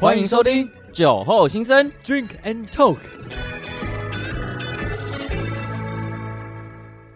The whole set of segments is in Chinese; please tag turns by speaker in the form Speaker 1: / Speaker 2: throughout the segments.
Speaker 1: 欢迎收听《酒后心声》。
Speaker 2: Drink and Talk。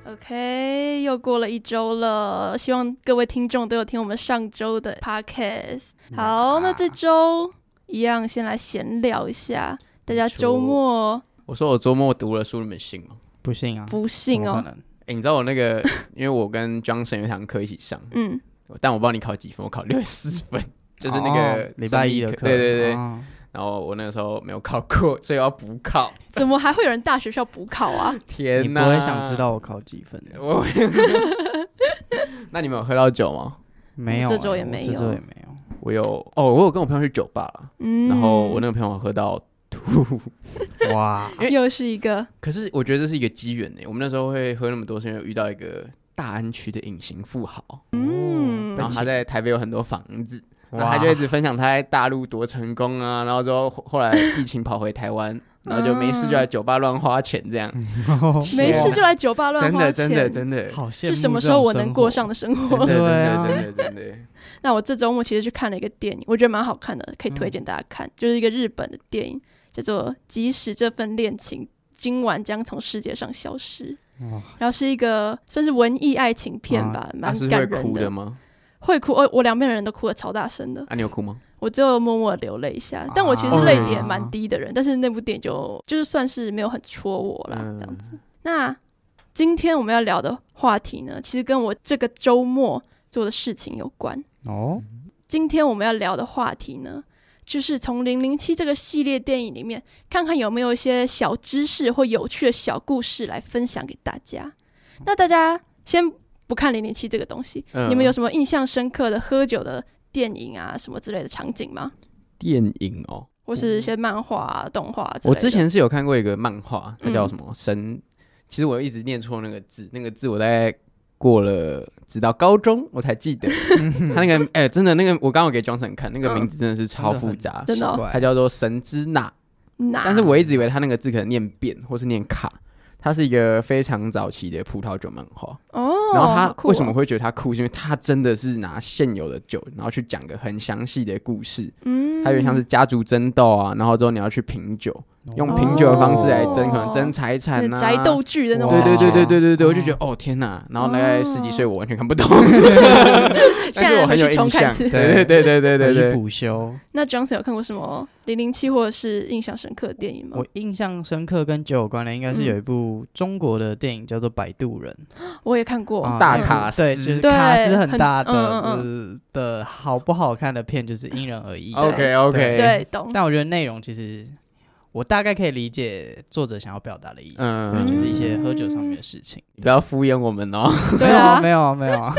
Speaker 3: OK，又过了一周了，希望各位听众都有听我们上周的 Podcast。好，
Speaker 1: 嗯
Speaker 3: 那这周一样先来闲聊一下，大家周末
Speaker 1: 我说我周末读了书，你们信吗？
Speaker 2: 不信啊？
Speaker 3: 不幸
Speaker 2: 怎么
Speaker 3: 哦
Speaker 2: 可，能
Speaker 1: 哎、你知道我那个， 因为我跟 Johnson 有一堂课一起上，
Speaker 3: 嗯，
Speaker 1: 但我不知道你考几分，我考六十四 分，就是那个
Speaker 2: 哦礼
Speaker 1: 上
Speaker 2: 拜
Speaker 1: 一
Speaker 2: 一的课，
Speaker 1: 对对对。
Speaker 2: 哦
Speaker 1: 然后我那个时候没有考过，所以我要补考。
Speaker 3: 怎么还会有人大学校补考啊？
Speaker 2: 你
Speaker 1: 天
Speaker 2: 不
Speaker 1: 哪！
Speaker 2: 会想知道我考几分？
Speaker 1: 哎我？那你们有喝到酒吗？
Speaker 2: 没有欸，
Speaker 3: 这周也
Speaker 2: 我
Speaker 3: 没
Speaker 2: 这周
Speaker 3: 有
Speaker 2: 也没有。
Speaker 1: 我有哦，我有跟我朋友去酒吧了，
Speaker 3: 嗯，
Speaker 1: 然后我那个朋友喝到吐。
Speaker 2: 哇，
Speaker 3: 又是一个
Speaker 1: 可是我觉得这是一个机缘呢。欸我们那时候会喝那么多，是因为遇到一个大安区的隐形富豪，
Speaker 3: 嗯
Speaker 1: 然后他在台北有很多房子，然后
Speaker 2: 哇，
Speaker 1: 啊他就一直分享他在大陆多成功啊， 然后之后后后来疫情跑回台 湾，然后就没事就来酒吧乱花钱这样，
Speaker 3: 嗯 没事就来酒吧乱
Speaker 1: 真
Speaker 3: 花
Speaker 1: 的
Speaker 3: 钱，
Speaker 1: 真的真的
Speaker 2: 好羡慕。
Speaker 3: 是什么时候我能过上？的生
Speaker 1: 真的
Speaker 3: 活？
Speaker 1: 真
Speaker 2: 对
Speaker 1: 的
Speaker 2: 啊
Speaker 1: 真的真的，
Speaker 3: 那我这周末其实去看了一个电影，我觉得蛮好看的，可以
Speaker 1: 嗯
Speaker 3: 推荐大家看，就是一个日本的电影，叫做《即使这份恋情今晚将从世界上消失》，
Speaker 2: 哇
Speaker 3: 然后是一个算是文艺爱情片吧，
Speaker 1: 他
Speaker 3: 蛮
Speaker 1: 啊是会
Speaker 3: 感人
Speaker 1: 哭
Speaker 3: 的。
Speaker 1: 的吗？
Speaker 3: 会哭，哦，我两边的人都哭的超大声的，
Speaker 1: 啊，你有哭吗？
Speaker 3: 我就默默地流泪一下。但我其实
Speaker 1: 哦
Speaker 3: 是泪点蛮低的人，但是那部电影就就是算是没有很戳我啦，
Speaker 1: 嗯
Speaker 3: 这样子。那今天我们要聊的话题呢，其实跟我这个周末做的事情有关。
Speaker 2: 哦，
Speaker 3: 今天我们要聊的话题呢，就是从《零零七》这个系列电影里面，看看有没有一些小知识或有趣的小故事来分享给大家。那大家先不看《零零七》这个东西，
Speaker 1: 嗯
Speaker 3: 你们有什么印象深刻的喝酒的电影啊，什么之类的场景吗？
Speaker 1: 电影哦，
Speaker 3: 或是一些漫画、啊、动画之类
Speaker 1: 我
Speaker 3: 的
Speaker 1: 之前是有看过一个漫画，它叫
Speaker 3: 嗯
Speaker 1: 什么神？其实我一直念错那个字，那个字我大概过了直到高中我才 记得。他那个哎、真的那个我刚好给 Johnson 看，那个
Speaker 3: 嗯
Speaker 1: 名字真的是超复杂，
Speaker 3: 真的哦
Speaker 1: 它叫做神之纳。
Speaker 3: 哪？
Speaker 1: 但是我一直以为他那个字可能念变或是念卡。它是一个非常早期的葡萄酒漫画，
Speaker 3: 哦，
Speaker 1: 然后它
Speaker 3: 好酷哦
Speaker 1: 为什么会觉得它酷？是因为它真的是拿现有的酒，然后去讲个很详细的故事，
Speaker 3: 嗯，
Speaker 1: 它有点像是家族争斗啊，然后之后你要去品酒，用品酒的方式
Speaker 3: 哦
Speaker 1: 来争，可能争财产
Speaker 3: 那
Speaker 1: 啊，
Speaker 3: 宅斗剧的那种
Speaker 1: 对
Speaker 3: 感觉，
Speaker 1: 对对对对对对，
Speaker 2: 哦
Speaker 1: 我就觉得哦天哪！然后大概十几岁，我完全看 不懂，但是我
Speaker 3: 现在
Speaker 1: 很
Speaker 3: 回
Speaker 1: 有
Speaker 3: 去重
Speaker 1: 印
Speaker 3: 看
Speaker 1: 象。
Speaker 3: 一次
Speaker 1: 对对对对对对
Speaker 2: 回去
Speaker 1: 对，
Speaker 2: 补修。
Speaker 3: 那 Johnson 有看过什么《零零七》或者是印象深刻的电影吗？
Speaker 2: 我印象深刻跟酒有关的，应该是有一部中国的电影叫做《摆渡人》，
Speaker 3: 我也看过，
Speaker 2: 啊
Speaker 1: 大
Speaker 2: 那部
Speaker 1: 卡
Speaker 2: 对，
Speaker 1: 司
Speaker 2: 就
Speaker 3: 嗯
Speaker 2: 是
Speaker 3: 对
Speaker 2: 卡斯
Speaker 3: 很
Speaker 2: 很大的
Speaker 3: 嗯
Speaker 2: 呃的好不好看的片，就是因人而异。
Speaker 1: OK
Speaker 2: 对
Speaker 1: OK，
Speaker 3: 嗯对，懂。
Speaker 2: 但我觉得内容其实我大概可以理解作者想要表达的意思，
Speaker 1: 嗯
Speaker 2: 对，就是一些喝酒上面的事情。
Speaker 1: 不要敷衍我们哦。
Speaker 3: 对
Speaker 2: 啊，
Speaker 3: 啊
Speaker 2: 没，有啊，没有啊，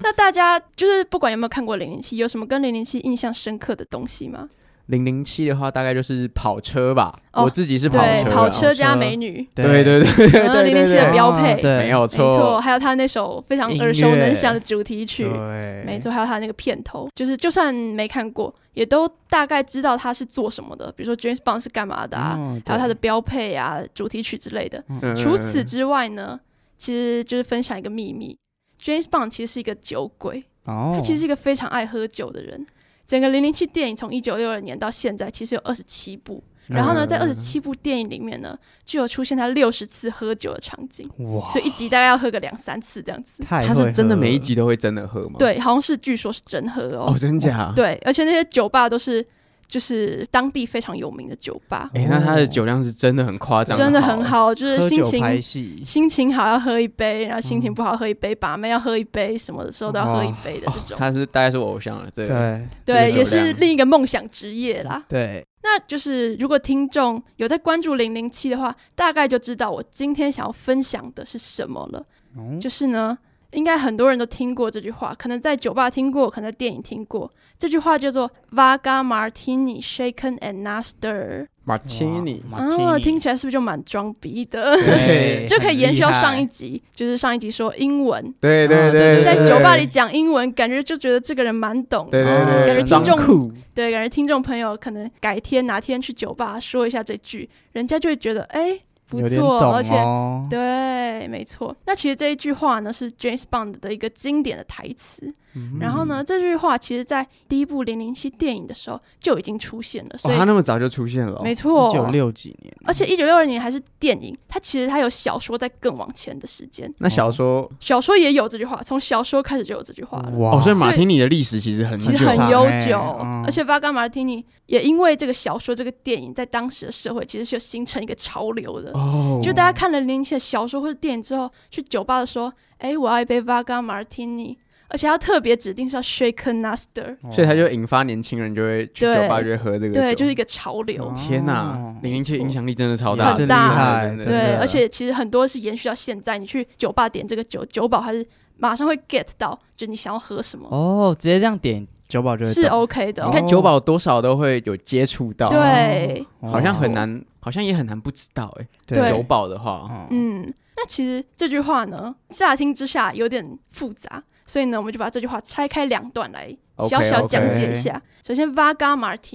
Speaker 3: 那大家就是不管有没有看过《零零七》，有什么跟《零零七》印象深刻的东西吗？
Speaker 1: 零零七的话，大概就是跑车吧，
Speaker 3: 哦
Speaker 1: 我自己是跑
Speaker 3: 对，
Speaker 1: 车，
Speaker 3: 跑
Speaker 1: 跑，
Speaker 3: 车加
Speaker 2: 跑车啊
Speaker 3: 美女，
Speaker 1: 对对对 对对
Speaker 3: 嗯
Speaker 1: 对
Speaker 3: 007的
Speaker 1: 对，
Speaker 3: 标配
Speaker 2: 哦对，
Speaker 1: 没有
Speaker 3: 没错，
Speaker 1: 错，
Speaker 3: 还有他那首非常耳熟
Speaker 2: 音乐
Speaker 3: 能详的主题曲，
Speaker 2: 对，
Speaker 3: 没错，还有他那个片头，就是就算没看过，也都大概知道他是做什么的，比如说 James Bond 是干嘛的啊，
Speaker 2: 嗯
Speaker 3: 还有他的标配啊、主题曲之类的。
Speaker 1: 嗯
Speaker 3: 除此之外呢，其实就是分享一个秘密，James Bond 其实是一个酒鬼。
Speaker 2: 对哦，
Speaker 3: 他其实是一个非常爱喝酒的人。整个《零零七》电影从一九六二年到现在，其实有二十七部。
Speaker 1: 嗯
Speaker 2: 嗯
Speaker 3: 然后呢，在二十七部电影里面呢，就有出现他六十次喝酒的场景，
Speaker 2: 哇，
Speaker 3: 所以一集大概要喝个两三次这样子。
Speaker 2: 太
Speaker 1: 他
Speaker 2: 会
Speaker 1: 是真的
Speaker 2: 喝
Speaker 1: 每一
Speaker 2: 了
Speaker 1: 集都会真的喝吗？，
Speaker 3: 对，好像是据说是真喝哦。
Speaker 1: 哦，真假？
Speaker 3: 对，而且那些酒吧都是就是当地非常有名的酒吧，
Speaker 1: 哎，那
Speaker 2: 哦
Speaker 1: 他的酒量是真的很夸张，啊
Speaker 3: 真的很。好，就是
Speaker 2: 啊喝
Speaker 3: 心
Speaker 2: 酒
Speaker 3: 情
Speaker 2: 拍嗯戏，
Speaker 3: 心情好要喝一杯，然后心情不好喝一杯，把妹要喝一杯，什么的时候都要喝一杯的这
Speaker 1: 哦
Speaker 3: 种。
Speaker 1: 他是大概是我偶像了，这个这
Speaker 3: 对，
Speaker 2: 对
Speaker 1: 个
Speaker 3: 也
Speaker 1: 酒量
Speaker 2: 哦
Speaker 3: 是另一个梦想职业啦。
Speaker 2: 对，
Speaker 3: 那就是如果听众有在关注零零七的话，大概就知道我今天想要分享的是什么了。
Speaker 2: 嗯
Speaker 3: 就是呢，应该很多人都听过这句话，可能在酒吧听过，可能在电影听过。这句话叫做 “Vaga Martini shaken and not stir”。
Speaker 1: Martini，
Speaker 2: 哇
Speaker 3: 啊，
Speaker 2: Martini
Speaker 3: 听起来是不是就蛮装逼的？
Speaker 2: 对
Speaker 3: 就可以延续到上一
Speaker 2: 很厉
Speaker 3: 集，就是上一集说英文，
Speaker 1: 对对
Speaker 2: 啊对
Speaker 1: 对，
Speaker 2: 对
Speaker 3: 在
Speaker 2: 对
Speaker 3: 酒吧里讲英文，感觉就觉得这个人蛮懂的。
Speaker 1: 对对
Speaker 2: 哦
Speaker 1: 对，
Speaker 3: 感觉
Speaker 1: 装
Speaker 3: 听众
Speaker 1: 酷
Speaker 3: 对，感觉听众朋友可能改天哪天去酒吧说一下这句，人家就会觉得，哎、不
Speaker 2: 有点
Speaker 3: 错，
Speaker 2: 懂
Speaker 3: 而且
Speaker 2: 哦。
Speaker 3: 对，没错。那其实这一句话呢，是 James Bond 的一个经典的台词。嗯
Speaker 1: 嗯
Speaker 2: 嗯
Speaker 3: 然
Speaker 1: 哦
Speaker 3: 后呢，这句话其实在第一部《零零七》电影的时候就已经出现了，所
Speaker 1: 哦，
Speaker 3: 以、
Speaker 1: 他那么早就出现了哦、
Speaker 3: 没
Speaker 2: 一九
Speaker 3: 错。
Speaker 2: 六几年，
Speaker 3: 而且一九六二年还是电影，它其实它有小说在更往前的时间，
Speaker 1: 那小说
Speaker 3: 小说也有这句话，从小说开始就有这句话了。
Speaker 2: 哇
Speaker 1: 哦，所以
Speaker 3: 所以
Speaker 1: 马丁尼的历史其实很
Speaker 3: 其
Speaker 1: 久啊
Speaker 3: 实很悠久，
Speaker 2: 很长欸嗯
Speaker 3: 而且《Vaga Martini》也因为这个小说、这个电影，在当时的社会其实是有形成一个潮流的。
Speaker 1: 哦
Speaker 3: 就大家看了林奇的小说或者电影之后，去酒吧的说：“哎，我要一杯 Vaga Martini。”而且要特别指定是要 Shaken Master，
Speaker 1: 所以他就引发年轻人就会去
Speaker 3: 对
Speaker 1: 酒吧就会喝这个酒。
Speaker 3: 对，就是一个潮流
Speaker 2: 哦。
Speaker 1: 天哪，零零七影响力真的超
Speaker 2: 也
Speaker 1: 大，
Speaker 2: 是
Speaker 3: 很
Speaker 2: 厉
Speaker 3: 大
Speaker 2: 害，
Speaker 1: 真的
Speaker 2: 真
Speaker 3: 对，
Speaker 2: 的
Speaker 3: 而且其实很多是延续到现在，你去酒吧点这个酒，酒保还是马上会 get 到，就你想要喝什么
Speaker 2: 哦，直接这样点酒保就会
Speaker 3: 是
Speaker 2: 懂
Speaker 3: OK 的
Speaker 1: 你
Speaker 3: 哦。
Speaker 1: 看酒保多少都会有接触到，
Speaker 3: 对，
Speaker 2: 哦
Speaker 1: 好像很难，好像也很难不知道哎、
Speaker 3: 对
Speaker 1: 酒保的话，
Speaker 2: 哦
Speaker 3: 嗯，那其实这句话呢，乍听之下有点复杂，所以呢，我们就把这句话拆开两段来
Speaker 1: OK，
Speaker 3: 小小讲
Speaker 1: OK
Speaker 3: 解一下。首先，Vaga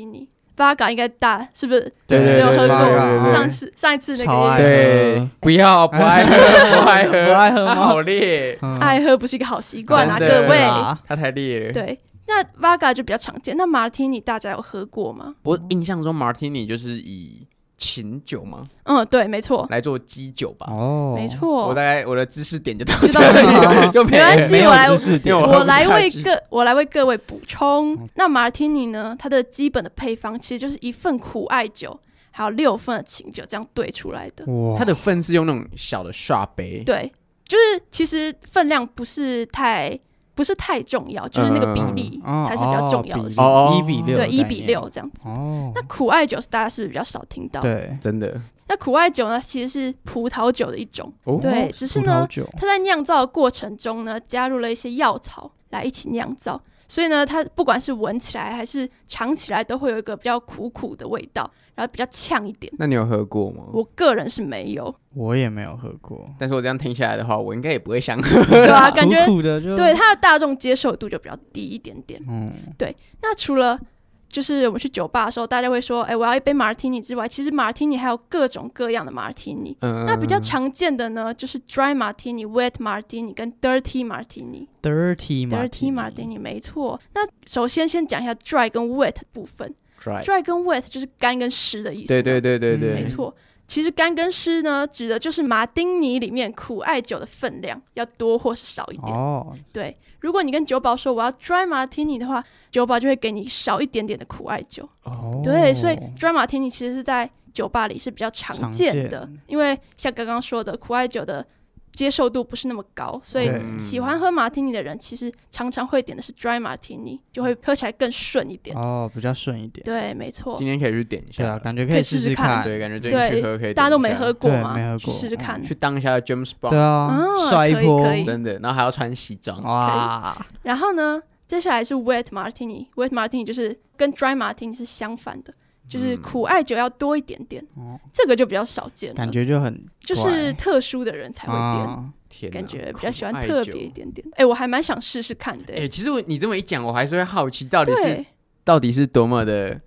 Speaker 3: Martini，Vaga 应该大是不是
Speaker 1: 对
Speaker 3: 都
Speaker 1: 对
Speaker 3: 有
Speaker 1: 对
Speaker 3: 喝
Speaker 1: 对
Speaker 2: 对对
Speaker 3: 过？
Speaker 2: 对
Speaker 3: 上次上一次那
Speaker 2: 超
Speaker 3: 个
Speaker 2: 爱
Speaker 3: 也
Speaker 1: 对
Speaker 2: 喝，
Speaker 1: 不要不爱喝，不爱喝，
Speaker 2: 不爱喝吗
Speaker 1: 他好烈，
Speaker 2: 嗯
Speaker 3: 爱喝不是一个好习惯啊，各
Speaker 1: 真的
Speaker 3: 位
Speaker 1: 是。
Speaker 2: 啊
Speaker 1: 他太烈了。，
Speaker 3: 对，那 Vaga 就比较常见。那 Martini 大家有喝过吗？
Speaker 1: 我印象中 Martini 就是以琴酒嘛
Speaker 3: 嗯，对，没错，
Speaker 1: 来做基酒吧。
Speaker 2: 哦，
Speaker 3: 没
Speaker 1: 我
Speaker 3: 错
Speaker 1: 大。概我的知识点就到
Speaker 3: 就到这
Speaker 1: 这
Speaker 3: 里
Speaker 1: 里
Speaker 2: 了
Speaker 1: 了， 就没
Speaker 3: 没关系
Speaker 2: 没有
Speaker 3: 我来
Speaker 2: 知识点
Speaker 1: 因为我喝
Speaker 3: 我
Speaker 1: 不
Speaker 3: 来
Speaker 1: 下
Speaker 3: 为
Speaker 1: 去
Speaker 3: 各我来为各位补充。那马尔提尼呢？它的基本的配方其实就是一份苦艾酒，还有六份的琴酒这样兑出来的。
Speaker 2: 哇，
Speaker 1: 它的份是用那种小的刷杯，
Speaker 3: 对，就是其实分量不是太不是太重要，就是那个比例
Speaker 2: 哦
Speaker 3: 才是比较重要的事情。
Speaker 1: 哦
Speaker 2: 哦，比例一比六，
Speaker 3: 对，一比六，这样子。
Speaker 2: 哦，
Speaker 3: 那苦艾酒是大家是不是比较少听到？
Speaker 2: 对
Speaker 1: 真的
Speaker 3: 那苦艾酒呢，其实是葡萄酒的一种。
Speaker 1: 哦
Speaker 3: 对，只是呢
Speaker 2: 葡萄，酒
Speaker 3: 它在酿造的过程中呢，加入了一些药草来一起酿造，所以呢，它不管是闻起来还是尝起来，都会有一个比较苦苦的味道，然后比较呛一点。
Speaker 1: 那你有喝过吗？
Speaker 3: 我个人是没有，
Speaker 2: 我也没有喝过，
Speaker 1: 但是我这样听下来的话，我应该也不会 想喝。
Speaker 3: 对啊，感觉
Speaker 2: 苦苦的就
Speaker 3: 对，它的大众接受度就比较低一点点。
Speaker 2: 嗯，
Speaker 3: 那除了就是我们去酒吧的时候，大家会说，哎、我要一杯马尔提尼之外，其实马尔提尼还有各种各样的马尔提尼。
Speaker 1: 嗯
Speaker 3: 那比较常见的呢，就是 dry martini、wet martini 跟 dirty martini。
Speaker 2: dirty
Speaker 3: Dirty Martini，没错。那首先先讲一下 dry 跟 wet 的部分。
Speaker 1: dry，
Speaker 3: dry 跟 wet 就是干跟湿的意思。
Speaker 1: 哎对对，对对对，
Speaker 2: 嗯
Speaker 3: 没错。其实干跟湿呢，指的就是马丁尼里面苦艾酒的分量要多或是少一点。
Speaker 2: 哦，
Speaker 3: 对，如果你跟酒保说我要 dry martini 的话，酒保就会给你少一点点的苦艾酒。
Speaker 2: 哦，
Speaker 3: 对，所以 dry martini 其实是在酒吧里是比较常
Speaker 2: 常
Speaker 3: 见
Speaker 2: 见
Speaker 3: 的，因为像刚刚说的，苦艾酒的接受度不是那么高，所以
Speaker 2: 对
Speaker 3: 喜欢喝马提尼的人，其实常常会点的是 dry martini，就会喝起来更顺一点。
Speaker 2: 哦比较顺一点，
Speaker 3: 对，没错
Speaker 1: 今，天可以去点一
Speaker 2: 对啊，
Speaker 1: 下，
Speaker 2: 感觉
Speaker 3: 可以
Speaker 2: 试
Speaker 3: 试试看
Speaker 2: 看，
Speaker 1: 对，感觉最近
Speaker 3: 对
Speaker 1: 去喝可以，
Speaker 3: 大家都没喝，过
Speaker 2: 对
Speaker 3: 嘛
Speaker 2: 没喝，
Speaker 3: 去试
Speaker 2: 过哦
Speaker 3: 试看。
Speaker 1: 去当一下 James
Speaker 2: 对
Speaker 1: Bond，
Speaker 2: 啊
Speaker 3: 嗯，
Speaker 2: 帅
Speaker 3: 可
Speaker 2: 一
Speaker 3: 以
Speaker 2: 波，
Speaker 3: 可以
Speaker 1: 真的，然后还要穿西装，
Speaker 3: 哦
Speaker 2: 哇，
Speaker 3: 然后呢，接下来是 wet martini，wet martini 就是跟 dry martini 是相反的，就是
Speaker 1: 嗯
Speaker 3: 苦艾酒要多一点点，
Speaker 2: 哦
Speaker 3: 这个就比较少见了，
Speaker 2: 感觉就很
Speaker 3: 就是特殊的人才会点。
Speaker 2: 啊
Speaker 1: 天哪，
Speaker 3: 感觉比较喜欢
Speaker 1: 苦艾
Speaker 3: 特
Speaker 1: 酒
Speaker 3: 别一。点点。哎、我还蛮想试试看的、
Speaker 1: 哎、其实我你这么一讲，我还是会好奇，到底是
Speaker 3: 对
Speaker 1: 到底是多么的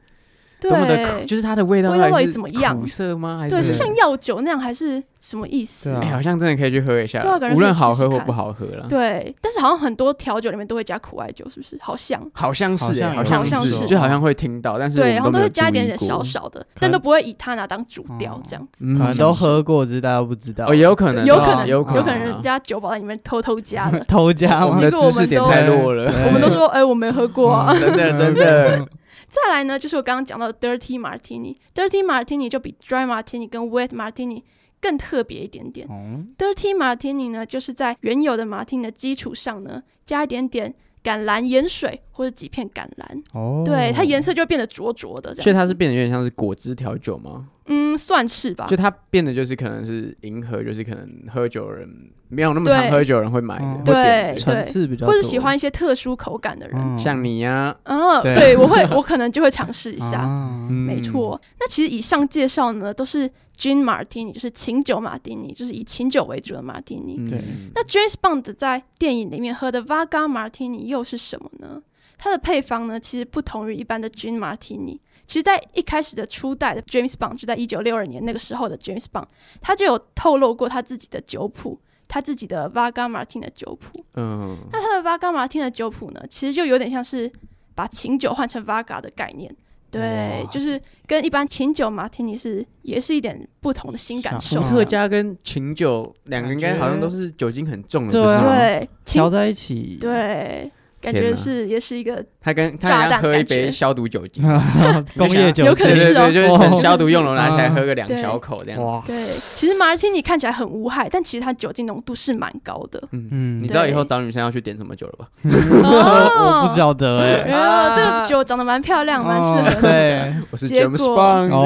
Speaker 1: 多么的苦，
Speaker 3: 对
Speaker 1: 就是它的味道
Speaker 3: 味道
Speaker 1: 到
Speaker 3: 到
Speaker 1: 底
Speaker 3: 底
Speaker 1: 是
Speaker 3: 怎么样
Speaker 1: 苦涩吗？还
Speaker 3: 对，是
Speaker 1: 是
Speaker 2: 像
Speaker 3: 像药酒那样还是什么意思？
Speaker 2: 对啊
Speaker 1: 哎、好像真的可以去喝一下，
Speaker 3: 对啊感觉
Speaker 1: 无
Speaker 3: 可以
Speaker 1: 论好
Speaker 3: 试试
Speaker 1: 喝或
Speaker 3: 看
Speaker 1: 不好喝啦。
Speaker 3: 对但是好像很多调酒里面都会加苦艾酒，是不是？好像。
Speaker 1: 好像是、欸，
Speaker 2: 好像有
Speaker 1: 像
Speaker 3: 好像是
Speaker 1: 就好像会听到，但是
Speaker 3: 对，
Speaker 1: 我
Speaker 3: 然后
Speaker 1: 们
Speaker 3: 都
Speaker 1: 没有
Speaker 3: 会加一点
Speaker 1: 注意
Speaker 3: 点
Speaker 1: 过
Speaker 3: 少，少的，
Speaker 2: 能
Speaker 3: 但都不会以它拿当主调
Speaker 2: 哦
Speaker 3: 这样子，
Speaker 1: 嗯
Speaker 2: 可能都喝过，只是大家不知道，
Speaker 1: 哦，也有可能，
Speaker 3: 有
Speaker 1: 对啊
Speaker 3: 可能
Speaker 1: 有
Speaker 2: 可。
Speaker 3: 有
Speaker 1: 能
Speaker 3: 可
Speaker 1: 啊，
Speaker 3: 能人家酒保在里面偷偷加 的
Speaker 2: 偷家
Speaker 1: 我们？
Speaker 2: 吗
Speaker 3: 结
Speaker 1: 的
Speaker 3: 果我
Speaker 1: 知识
Speaker 3: 们
Speaker 1: 点
Speaker 3: 都
Speaker 1: 太弱了，嗯
Speaker 3: 我们都说，哎，我没喝过啊。
Speaker 2: 嗯
Speaker 1: 真的真的，
Speaker 3: 再来呢，就是我刚刚讲到的 dirty martini，dirty martini 就比 dry martini 跟 wet martini 更特别一点点。
Speaker 2: 哦
Speaker 3: Dirty Martini 呢，就是在原有的 Martini 的基础上呢，加一点点橄榄盐水或者几片橄榄，
Speaker 2: 哦，
Speaker 3: 对，它颜色就变得灼灼的这样。
Speaker 1: 所以它是变得有点像是果汁调酒吗？
Speaker 3: 嗯，算是吧
Speaker 1: 就。它变得就是可能是迎合，就是可能喝酒人没有那么常喝酒人会买的，
Speaker 2: 嗯
Speaker 1: 会点的
Speaker 3: 对
Speaker 2: 层次比较多，
Speaker 3: 或者喜欢一些特殊口感的人，
Speaker 2: 嗯
Speaker 1: 像你呀，
Speaker 3: 啊，
Speaker 2: 对
Speaker 3: 对我 会，我可能就会尝试一下。
Speaker 2: 啊
Speaker 1: 嗯
Speaker 3: 没，错，那其实以上介绍呢，都是 gin martini，就是琴酒马丁尼，就是以琴酒为主的马丁尼。
Speaker 1: 嗯
Speaker 2: 对
Speaker 3: 那 James Bond 在电影里面喝的 Vaga Martini 又是什么呢？它的配方呢，其实不同于一般的 Gin Martini，其实，在一开始的初代的 James Bond，就在一九六二年那个时候的 James Bond，他就有透露过他自己的酒谱，他自己的 Vaga Martin 的酒谱。
Speaker 1: 嗯，
Speaker 3: 那它的 Vaga Martin 的酒谱呢，其实就有点像是把琴酒换成 Vaga 的概念。对，
Speaker 1: 哇
Speaker 3: 就是跟一般琴酒马提尼是也是一点不同的新感受
Speaker 1: 伏
Speaker 2: 伏。
Speaker 1: 特加跟琴酒两个应该好像都是酒精很重的，
Speaker 2: 对
Speaker 1: 不是吗
Speaker 2: 啊
Speaker 3: 对，琴
Speaker 2: 调在一起，，
Speaker 3: 对，感
Speaker 1: 天
Speaker 3: 觉
Speaker 1: 哪
Speaker 3: 是也是一个
Speaker 1: 他跟他
Speaker 3: 炸
Speaker 1: 要
Speaker 3: 弹
Speaker 1: 喝一
Speaker 3: 感觉
Speaker 1: 杯消毒酒 精，
Speaker 2: 工业酒
Speaker 3: 有可
Speaker 2: 精
Speaker 1: 对对
Speaker 3: 能是哦嗯
Speaker 1: 对，就是很消毒用了，
Speaker 2: 哦
Speaker 1: 拿起来喝个两
Speaker 3: 对
Speaker 1: 小口这样。
Speaker 2: 哇，
Speaker 3: 对。其实马提尼看起来很无害，但其实它酒精浓度是蛮高的。
Speaker 1: 嗯，
Speaker 2: 嗯
Speaker 1: 你知道以后找女生要去点什么酒了吧？
Speaker 3: 哦
Speaker 2: 我不晓得哎，
Speaker 3: 然后这个酒长得蛮漂亮，蛮适合
Speaker 2: 哦
Speaker 3: 喝的。
Speaker 1: 我是
Speaker 3: 结
Speaker 1: James
Speaker 3: 果
Speaker 1: Bond，
Speaker 2: 哦，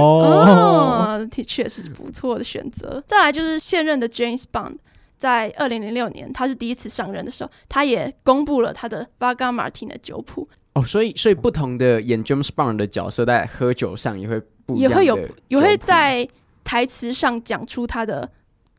Speaker 3: 哦，的确是不错的选择。再来就是现任的 James Bond，在二零零六年他是第一次上任的时候，他也公布了他的 Vaga Martin 的酒谱，
Speaker 1: 哦，所以所以不同的演 James Bond 的角色在喝酒上也会不一
Speaker 3: 也
Speaker 1: 样的
Speaker 3: 会有也会
Speaker 1: 酒谱
Speaker 3: 在台词上讲出他的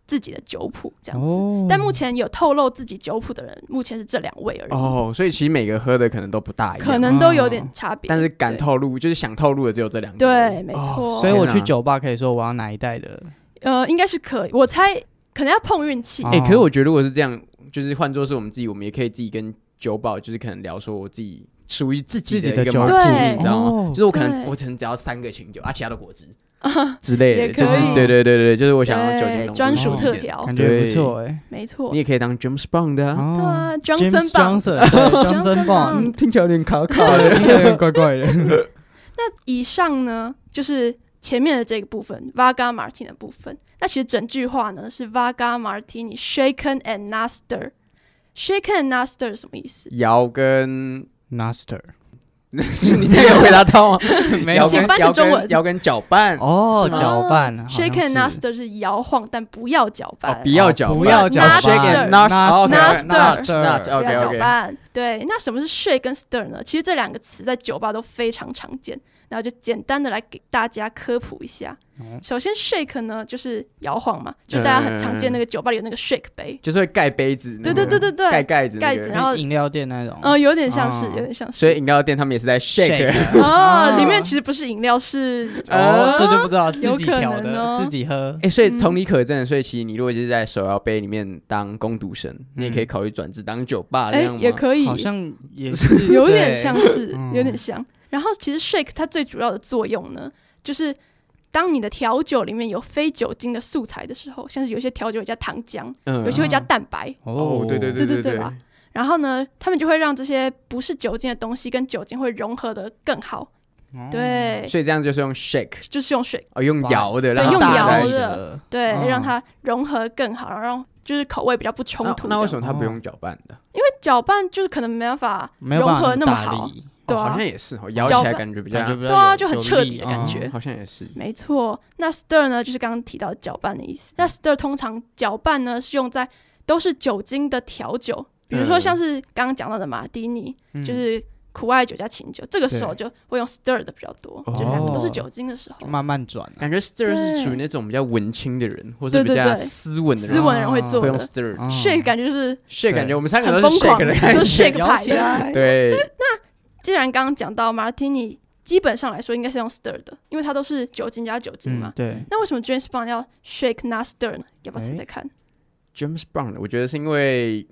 Speaker 3: 自己的酒谱这样子。
Speaker 2: 哦
Speaker 3: 但目前有透露自己酒谱的人，目前是这两位而已，
Speaker 1: 哦，所以其实每个喝的可能都不大一样，
Speaker 3: 可能都有点差
Speaker 1: 哦
Speaker 3: 别。
Speaker 1: 但是哦敢
Speaker 3: 对
Speaker 1: 透露就是想透露的只有这两个。
Speaker 3: 对，，没错。
Speaker 2: 哦所以我
Speaker 1: 天
Speaker 2: 去
Speaker 1: 哪
Speaker 2: 酒吧可以说我要哪一代的，
Speaker 3: 呃，应该是可以，我猜可能要碰运气。
Speaker 2: 哦
Speaker 1: 哎，可是我觉得如果是这样，就是换作是我们自己，我们也可以自己跟酒保就是可能聊说我自己。属于自己
Speaker 2: 自己
Speaker 1: 的一
Speaker 2: 的
Speaker 1: 个
Speaker 2: 酒
Speaker 1: 马
Speaker 3: 谱
Speaker 1: 提
Speaker 3: 对
Speaker 1: 尼，你知道吗？
Speaker 2: 哦
Speaker 1: 就是我可能
Speaker 3: 对
Speaker 1: 我可能只要三个清酒，啊，其他都果汁之类
Speaker 3: 也
Speaker 1: 的，
Speaker 3: 可
Speaker 1: 就是
Speaker 2: 以
Speaker 1: 对对对对，就是我想要酒精浓
Speaker 3: 对，
Speaker 1: 度
Speaker 3: 专属
Speaker 1: 低一
Speaker 3: 特
Speaker 1: 点
Speaker 3: 调，
Speaker 2: 感觉不错哎，
Speaker 3: 没错
Speaker 1: 你。也可以当 James Bond 的啊，
Speaker 3: 哦对
Speaker 2: 哦
Speaker 3: 啊
Speaker 2: James
Speaker 3: ，Johnson 棒。
Speaker 2: Johnson 对
Speaker 3: Johnson
Speaker 2: Johnson
Speaker 3: Bond
Speaker 2: Bond，
Speaker 1: 嗯，听起来有点卡卡
Speaker 2: 对，有点怪怪的，
Speaker 3: 以上呢，就是前面的这个部分，Vaga Martin 的部分。那其实整句话呢是 Vaga Martini shaken and master。Shaken and master 是什么意思？
Speaker 1: 摇跟
Speaker 2: Master
Speaker 1: 是你这样有 回答到吗？
Speaker 2: 没
Speaker 1: 摇
Speaker 2: 有
Speaker 3: 请
Speaker 1: 跟
Speaker 3: 翻成
Speaker 1: 摇
Speaker 3: 中文
Speaker 1: 跟摇跟搅拌
Speaker 2: 哦
Speaker 1: 是，吗
Speaker 2: 搅拌
Speaker 1: 啊
Speaker 2: 好像
Speaker 3: 哦啊 Shaken and
Speaker 2: 是
Speaker 3: master 是摇晃，但不要搅
Speaker 1: 哦
Speaker 3: 拌，，
Speaker 1: 不要搅拌，
Speaker 2: 不要搅
Speaker 3: 拌
Speaker 1: shake and
Speaker 3: Nuster
Speaker 1: nuts，OK nuts
Speaker 3: Nuster 不要
Speaker 1: OK
Speaker 3: 搅
Speaker 1: OK，
Speaker 3: 拌。对，那什么是 shake 跟 stir 呢？其实这两个词在酒吧都非常常见，然后就简单的来给大家科普一下。
Speaker 2: 哦
Speaker 3: 首先 shake 呢就是摇晃嘛，就大家很常
Speaker 2: 嗯
Speaker 3: 见那个酒吧里有那个 shake 杯，
Speaker 1: 就是会盖杯子，
Speaker 3: 对对对对对
Speaker 1: 盖盖子那个
Speaker 3: 盖子然
Speaker 2: 然
Speaker 3: 后
Speaker 2: 后饮料店那种，
Speaker 3: 呃，有点像是，
Speaker 2: 哦
Speaker 3: 有点像是。
Speaker 1: 所以饮料店他们也是在 shake，
Speaker 3: 哦，
Speaker 2: 啊
Speaker 3: 里面其实不是饮料，是
Speaker 2: 哦，这就不知道，
Speaker 3: 有
Speaker 2: 自己
Speaker 3: 可
Speaker 2: 调
Speaker 3: 能
Speaker 2: 的，
Speaker 3: 哦
Speaker 2: 自己喝，
Speaker 1: 哎，所以同理可证，所以其实你如果就是在手摇杯里面当工读生，你也可以考虑转职当酒吧这
Speaker 3: 哎
Speaker 1: 样吗？
Speaker 3: 嗯也可以，
Speaker 2: 好像也是
Speaker 3: 有点 像，是，
Speaker 2: 嗯
Speaker 3: 有点像。然后其实 shake 它最主要的作用呢，就是当你的调酒里面有非酒精的素材的时候，像是有些调酒会加糖浆，
Speaker 1: 嗯
Speaker 3: 有些会加蛋白，
Speaker 2: 对
Speaker 1: 哦，对对
Speaker 3: 对对
Speaker 1: 对
Speaker 3: 对吧？然后呢，他们就会让这些不是酒精的东西跟酒精会融合的更好。
Speaker 2: 哦
Speaker 3: 对，
Speaker 1: 所以这样就是用 shake，
Speaker 3: 就是用水，
Speaker 1: 哦，用摇的，
Speaker 3: 对
Speaker 1: 让它
Speaker 3: 用
Speaker 1: 打
Speaker 3: 摇
Speaker 1: 开
Speaker 3: 的
Speaker 1: 一下
Speaker 2: 的，
Speaker 3: 对，
Speaker 2: 哦
Speaker 3: 让它融合更好，然后让就是口味比较不冲
Speaker 1: 那
Speaker 3: 突这样
Speaker 1: 那
Speaker 3: 子。
Speaker 1: 为什么他
Speaker 2: 子
Speaker 1: 不用搅拌的？哦
Speaker 3: 搅拌就是可能没办法
Speaker 2: 没有
Speaker 3: 融
Speaker 2: 办法
Speaker 3: 合那么
Speaker 2: 大
Speaker 3: 好，
Speaker 2: 力，
Speaker 3: 对
Speaker 1: 哦，好
Speaker 3: 啊
Speaker 1: 像，也是哦，摇
Speaker 3: 搅
Speaker 1: 起来
Speaker 3: 拌
Speaker 1: 感觉比较
Speaker 2: 感觉比较
Speaker 3: 对啊
Speaker 2: 有
Speaker 3: 就很
Speaker 2: 有
Speaker 3: 彻
Speaker 2: 力
Speaker 3: 底的感
Speaker 2: 嗯
Speaker 3: 觉
Speaker 1: 哦好像也是。
Speaker 3: 没错。那 stir 呢，就是刚刚提到搅拌的意思。那 stir 通常搅拌呢是用在都是酒精的调酒，比如说
Speaker 1: 嗯
Speaker 3: 像是刚刚讲到的马蒂尼，
Speaker 2: 嗯
Speaker 3: 就是苦艾酒加琴酒，这个时候就会用 stir 的比较多，就两个都是
Speaker 2: 哦
Speaker 3: 酒精的时候
Speaker 2: 就。慢慢转啊，
Speaker 1: 感觉 stir 是属于
Speaker 3: 对
Speaker 1: 那种比较文青的人，或
Speaker 3: 对
Speaker 1: 是比
Speaker 3: 对
Speaker 1: 较
Speaker 3: 对
Speaker 1: 斯文的人，
Speaker 3: 斯文人会
Speaker 2: 啊
Speaker 3: 做
Speaker 1: 会
Speaker 3: 的
Speaker 1: 用 stir。
Speaker 2: 哦
Speaker 3: shake 感觉就是
Speaker 1: shake
Speaker 2: 对
Speaker 1: 感觉我们三个
Speaker 3: 很
Speaker 1: 都是
Speaker 3: 疯狂
Speaker 1: shake 的感觉，
Speaker 3: 都是 shake
Speaker 2: 摇
Speaker 3: 派
Speaker 2: 起
Speaker 3: 的
Speaker 2: 来，
Speaker 1: 对，
Speaker 3: 既然刚刚讲到马蒂尼，基本上来说应该是用 stir 的，因为它都是酒精加酒精嘛
Speaker 2: 嗯，。对，
Speaker 3: 那为什么 James Bond 要 shake not stir 呢？要不要猜
Speaker 2: 哎
Speaker 3: 猜看？
Speaker 1: James Brown，我觉得是因为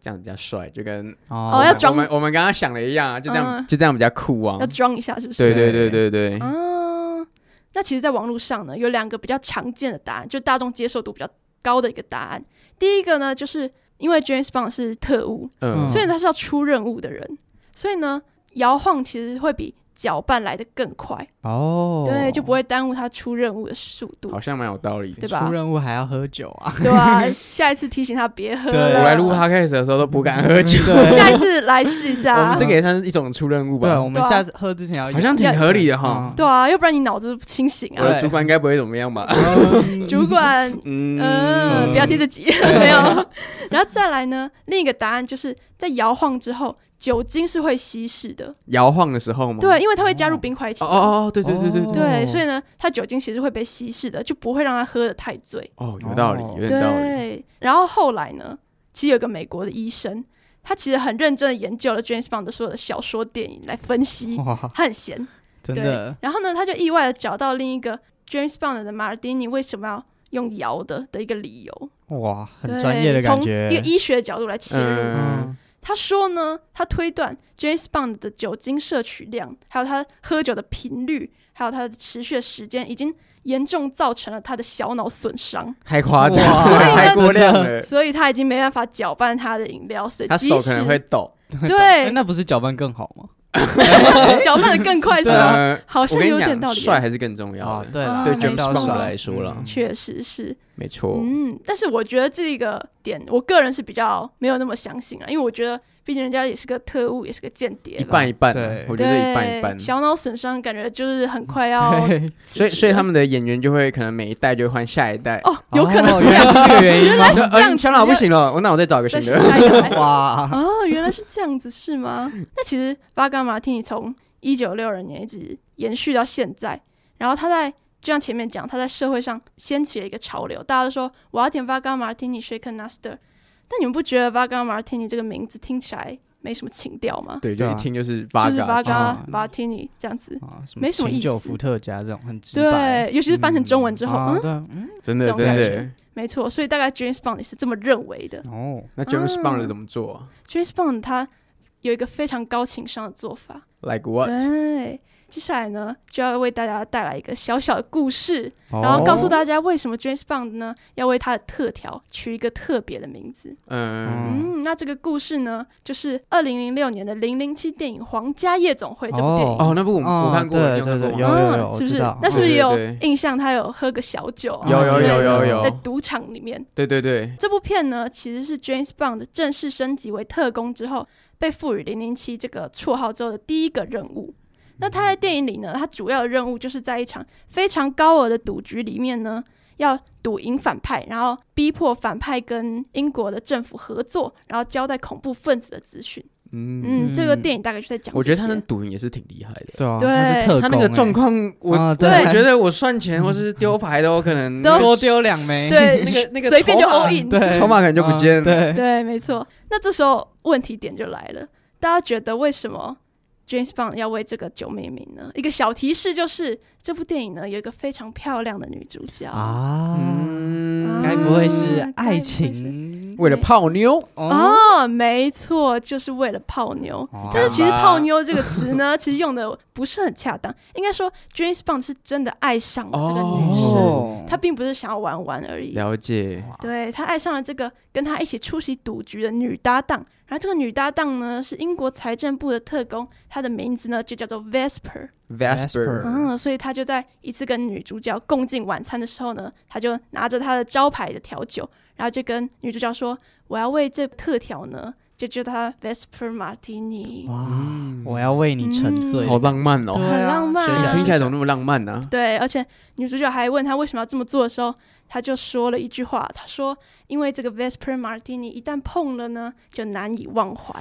Speaker 1: 这样比较帅，就跟
Speaker 3: 哦
Speaker 1: 我
Speaker 3: 要
Speaker 1: 们
Speaker 3: 装
Speaker 1: 我们我们刚刚想的一样啊，就这样
Speaker 3: 嗯
Speaker 1: 就这样比较酷啊
Speaker 2: 哦
Speaker 3: 要。装一下是不是？
Speaker 1: 对对对对对，
Speaker 3: 啊，那其实，在网络上呢，有两个比较常见的答案，就大众接受度比较高的一个答案。第一个呢，就是因为 James Bond 是特务，
Speaker 1: 嗯
Speaker 2: 嗯
Speaker 3: 所以他是要出任务的人，所以呢，摇晃其实会比搅拌来的更快，
Speaker 2: 哦，
Speaker 3: 对，就不会耽误他出任务的速度
Speaker 1: 好，像蛮有道理的。
Speaker 3: 对吧
Speaker 2: 出？任务还要喝酒啊，
Speaker 3: 对吧、下一次提醒他别喝
Speaker 2: 对
Speaker 1: 我
Speaker 3: 了。
Speaker 1: 来录 podcast 的时候都不敢喝酒，
Speaker 2: 对
Speaker 3: 下一次来试一
Speaker 1: 我
Speaker 3: 下
Speaker 1: 们这。个也算是一种出任务
Speaker 2: 对，
Speaker 1: 吧。
Speaker 2: 我
Speaker 3: 对
Speaker 2: 们
Speaker 3: 啊
Speaker 2: 下次喝之前要
Speaker 1: 好像挺合理的哈。
Speaker 3: 对啊，要不然你脑子不清醒
Speaker 1: 我
Speaker 3: 啊。
Speaker 1: 的主管应该不会怎么样吧？
Speaker 2: 嗯
Speaker 3: 主管，嗯，
Speaker 1: 嗯
Speaker 3: 不要听这集， 没有。然后再来呢，另一个答案就是在摇晃之后，酒精是会稀释的，
Speaker 1: 摇晃的时候吗？
Speaker 3: 对，因为它会加入冰块起
Speaker 1: 哦
Speaker 3: 来。
Speaker 1: 哦哦，对对对对对，
Speaker 3: 对，
Speaker 2: 哦
Speaker 3: 所以呢，它酒精其实会被稀释的，就不会让它喝的太醉。
Speaker 1: 哦，有道理，
Speaker 2: 哦
Speaker 1: 有点道理。
Speaker 3: 对，然后后来呢，其实有个美国的医生，
Speaker 1: 哦
Speaker 3: 他其实很认真的研究了 James Bond 的所有的小说、电影来分析，
Speaker 2: 哇，
Speaker 3: 他很闲，
Speaker 2: 真
Speaker 3: 对
Speaker 2: 的，
Speaker 3: 然后呢，他就意外的找到另一个 James Bond 的马尔蒂尼为什么要用摇的的一个理由，
Speaker 2: 哇，很
Speaker 3: 对
Speaker 2: 专业的感觉
Speaker 3: 从一。个医学的角度来切入。
Speaker 1: 嗯，
Speaker 3: 他说呢，他推断 James Bond 的酒精摄取量，还有他喝酒的频率，还有他的持续的时间，已经严重造成了他的小脑损伤，
Speaker 1: 太夸张了，
Speaker 2: 哇
Speaker 1: 太过量了，
Speaker 3: 所以他已经没办法搅拌他的饮料水，
Speaker 1: 他
Speaker 3: 即
Speaker 1: 手可能
Speaker 3: 使
Speaker 1: 会抖。
Speaker 2: 哎
Speaker 3: 对
Speaker 2: 那不是搅拌更好吗？
Speaker 3: 搅拌的更快是吗？
Speaker 1: 呃，
Speaker 3: 好
Speaker 1: 我
Speaker 3: 像
Speaker 1: 跟你
Speaker 3: 有点道
Speaker 1: 讲，
Speaker 3: 理，
Speaker 1: 帅还是更重要
Speaker 2: 哦，
Speaker 1: 的，
Speaker 2: 对啦，
Speaker 1: 对
Speaker 3: 啊
Speaker 1: James
Speaker 3: 没错
Speaker 1: Bond
Speaker 3: 嗯
Speaker 1: 来说了，
Speaker 3: 确实是。
Speaker 1: 没错。
Speaker 3: 嗯，但是我觉得这个点，我个人是比较没有那么相信啊了，因为我觉得毕竟人家也是个特务，也是个间谍
Speaker 1: 一
Speaker 3: 吧，
Speaker 1: 半一半啊
Speaker 2: 对，
Speaker 1: 我觉得
Speaker 3: 对，
Speaker 1: 一半一半。
Speaker 3: 小脑损伤感觉就是很 快要
Speaker 2: 对，
Speaker 3: 辞
Speaker 1: 所以，
Speaker 3: 职
Speaker 1: 所以
Speaker 3: 了
Speaker 1: 他们的演员就会可能每一代就会换下一 代。啊
Speaker 3: 哦，有可能
Speaker 2: 哦
Speaker 3: 是这
Speaker 2: 原
Speaker 3: 样，
Speaker 2: 来是这个原因
Speaker 3: 原
Speaker 2: 吗
Speaker 3: 来是这
Speaker 1: 呃，
Speaker 3: 样
Speaker 1: 小
Speaker 3: 子，
Speaker 1: 脑不行了，我那我再找一个
Speaker 3: 再
Speaker 1: 新
Speaker 3: 生
Speaker 1: 的。
Speaker 3: 下一 个来。
Speaker 2: 哇，
Speaker 3: 哦，原来是这样子，是 吗？那其实巴干马蒂尼从一九六零年一直延续到现在，然后他在就像前面讲，他在社会上掀起了一个潮流，大家都说我要点巴干马蒂尼 shaken master，但你们不觉得巴干马蒂尼这个名字听起来没什么情调吗？
Speaker 1: 对，
Speaker 2: 对
Speaker 1: 就
Speaker 2: 啊
Speaker 1: 一听就是八
Speaker 3: 就是巴
Speaker 1: 嘎。
Speaker 3: 干
Speaker 2: 啊
Speaker 3: 马蒂尼这样子，
Speaker 2: 啊
Speaker 3: 没什么
Speaker 2: 琴
Speaker 3: 意
Speaker 2: 酒
Speaker 3: 思
Speaker 2: 伏特加这种很直白，
Speaker 3: 对，尤其是翻成中文之后，
Speaker 2: 啊
Speaker 3: 嗯，
Speaker 2: 对，嗯，
Speaker 1: 真的
Speaker 3: 这种
Speaker 1: 真
Speaker 3: 感
Speaker 1: 的
Speaker 3: 觉。没错，所以大概 James Bond 也是这么认为的。
Speaker 2: 哦，
Speaker 1: 那 James
Speaker 3: 啊
Speaker 1: Bond 怎么做
Speaker 3: James Bond 他有一个非常高情商的做法。
Speaker 1: ？Like what？
Speaker 3: 对，接下来呢，就要为大家带来一个小小的故事，
Speaker 1: 哦
Speaker 3: 然
Speaker 2: 然
Speaker 3: 后告诉大家为什么 James Bond 呢要为他的特调取一个特别的名字。
Speaker 1: 嗯，
Speaker 3: 嗯，那这个故事呢，就是二零零六年的《零零七》电影《皇家夜总会》这部电影。
Speaker 1: 哦，那部我
Speaker 2: 哦
Speaker 1: 我看过，
Speaker 2: 对
Speaker 1: 你有看
Speaker 2: 对
Speaker 1: 过
Speaker 2: 对
Speaker 1: 吗
Speaker 2: 有
Speaker 3: 啊
Speaker 2: 我
Speaker 3: 是不
Speaker 2: 知
Speaker 3: 是
Speaker 2: 道？
Speaker 3: 那是不是
Speaker 1: 哦对
Speaker 3: 有
Speaker 1: 对
Speaker 3: 印象？他有喝个小酒啊
Speaker 1: 有有
Speaker 3: 之类
Speaker 1: 有
Speaker 3: 的
Speaker 1: 有
Speaker 3: 在
Speaker 1: 有，
Speaker 3: 赌场里面。
Speaker 1: 对对对，
Speaker 3: 这部片呢，其实是 James Bond 正式升级为特工之后，被赋予零零七这个绰号之后的第一个任务。那他在电影里呢，他主要的任务就是在一场非常高额的赌局里面呢，要赌赢反派，然后逼迫反派跟英国的政府合作，然后交代恐怖分子的资讯。
Speaker 1: 嗯，
Speaker 3: 嗯，这个
Speaker 2: 嗯
Speaker 3: 电影大概就在讲这些。
Speaker 1: 我觉得他能赌赢也是挺厉害的。
Speaker 2: 对啊，
Speaker 3: 对
Speaker 2: 他是特
Speaker 1: 他那个
Speaker 2: 工欸
Speaker 1: 状况，我
Speaker 2: 啊
Speaker 1: 我
Speaker 2: 对
Speaker 1: 觉得我算钱或是丢牌都可能
Speaker 3: 都
Speaker 2: 多丢两枚，
Speaker 3: 对
Speaker 1: 那个那个
Speaker 3: 随便就
Speaker 1: 筹码
Speaker 3: all in，
Speaker 2: 对，
Speaker 1: 筹码可能就不见了
Speaker 2: 嗯对，
Speaker 3: 对，没错。那这时候问题点就来了，大家觉得为什么 James Bond 要为这个酒命名呢？一个小提示就是，这部电影呢有一个非常漂亮的女主角。
Speaker 2: 啊，
Speaker 1: 嗯，
Speaker 2: 该不会是
Speaker 3: 啊
Speaker 2: 爱情？
Speaker 1: 为了泡妞，
Speaker 2: 哦，
Speaker 3: 哦，没错，就是为了泡妞。
Speaker 2: 哇
Speaker 3: 但是其实“
Speaker 1: 好吧
Speaker 3: 泡妞”这个词呢，其实用的不是很恰当。应该说，James Bond 是真的爱上了这个女生，
Speaker 2: 哦
Speaker 3: 他并不是想要玩玩而已。
Speaker 1: 了解，
Speaker 3: 对他爱上了这个跟他一起出席赌局的女搭档，然后这个女搭档呢是英国财政部的特工，她的名字呢就叫做 Vesper。
Speaker 1: Vesper，
Speaker 2: Vesper
Speaker 3: 嗯，所以他就在一次跟女主角共进晚餐的时候呢，他就拿着他的招牌的调酒，然后就跟女主角说：“我要为这特调呢，就叫它 Vesper Martini。
Speaker 2: 哇，
Speaker 1: 嗯，
Speaker 2: 我要为你沉醉，
Speaker 3: 嗯
Speaker 1: 好浪漫哦，
Speaker 2: 对啊
Speaker 3: 很浪漫
Speaker 2: 想
Speaker 3: 啊
Speaker 1: 听起来怎么那么浪漫呢”？
Speaker 3: 对，而且女主角还问他为什么要这么做的时候，他就说了一句话，他说：“因为这个 Vesper Martini 一旦碰了呢，就难以忘怀。”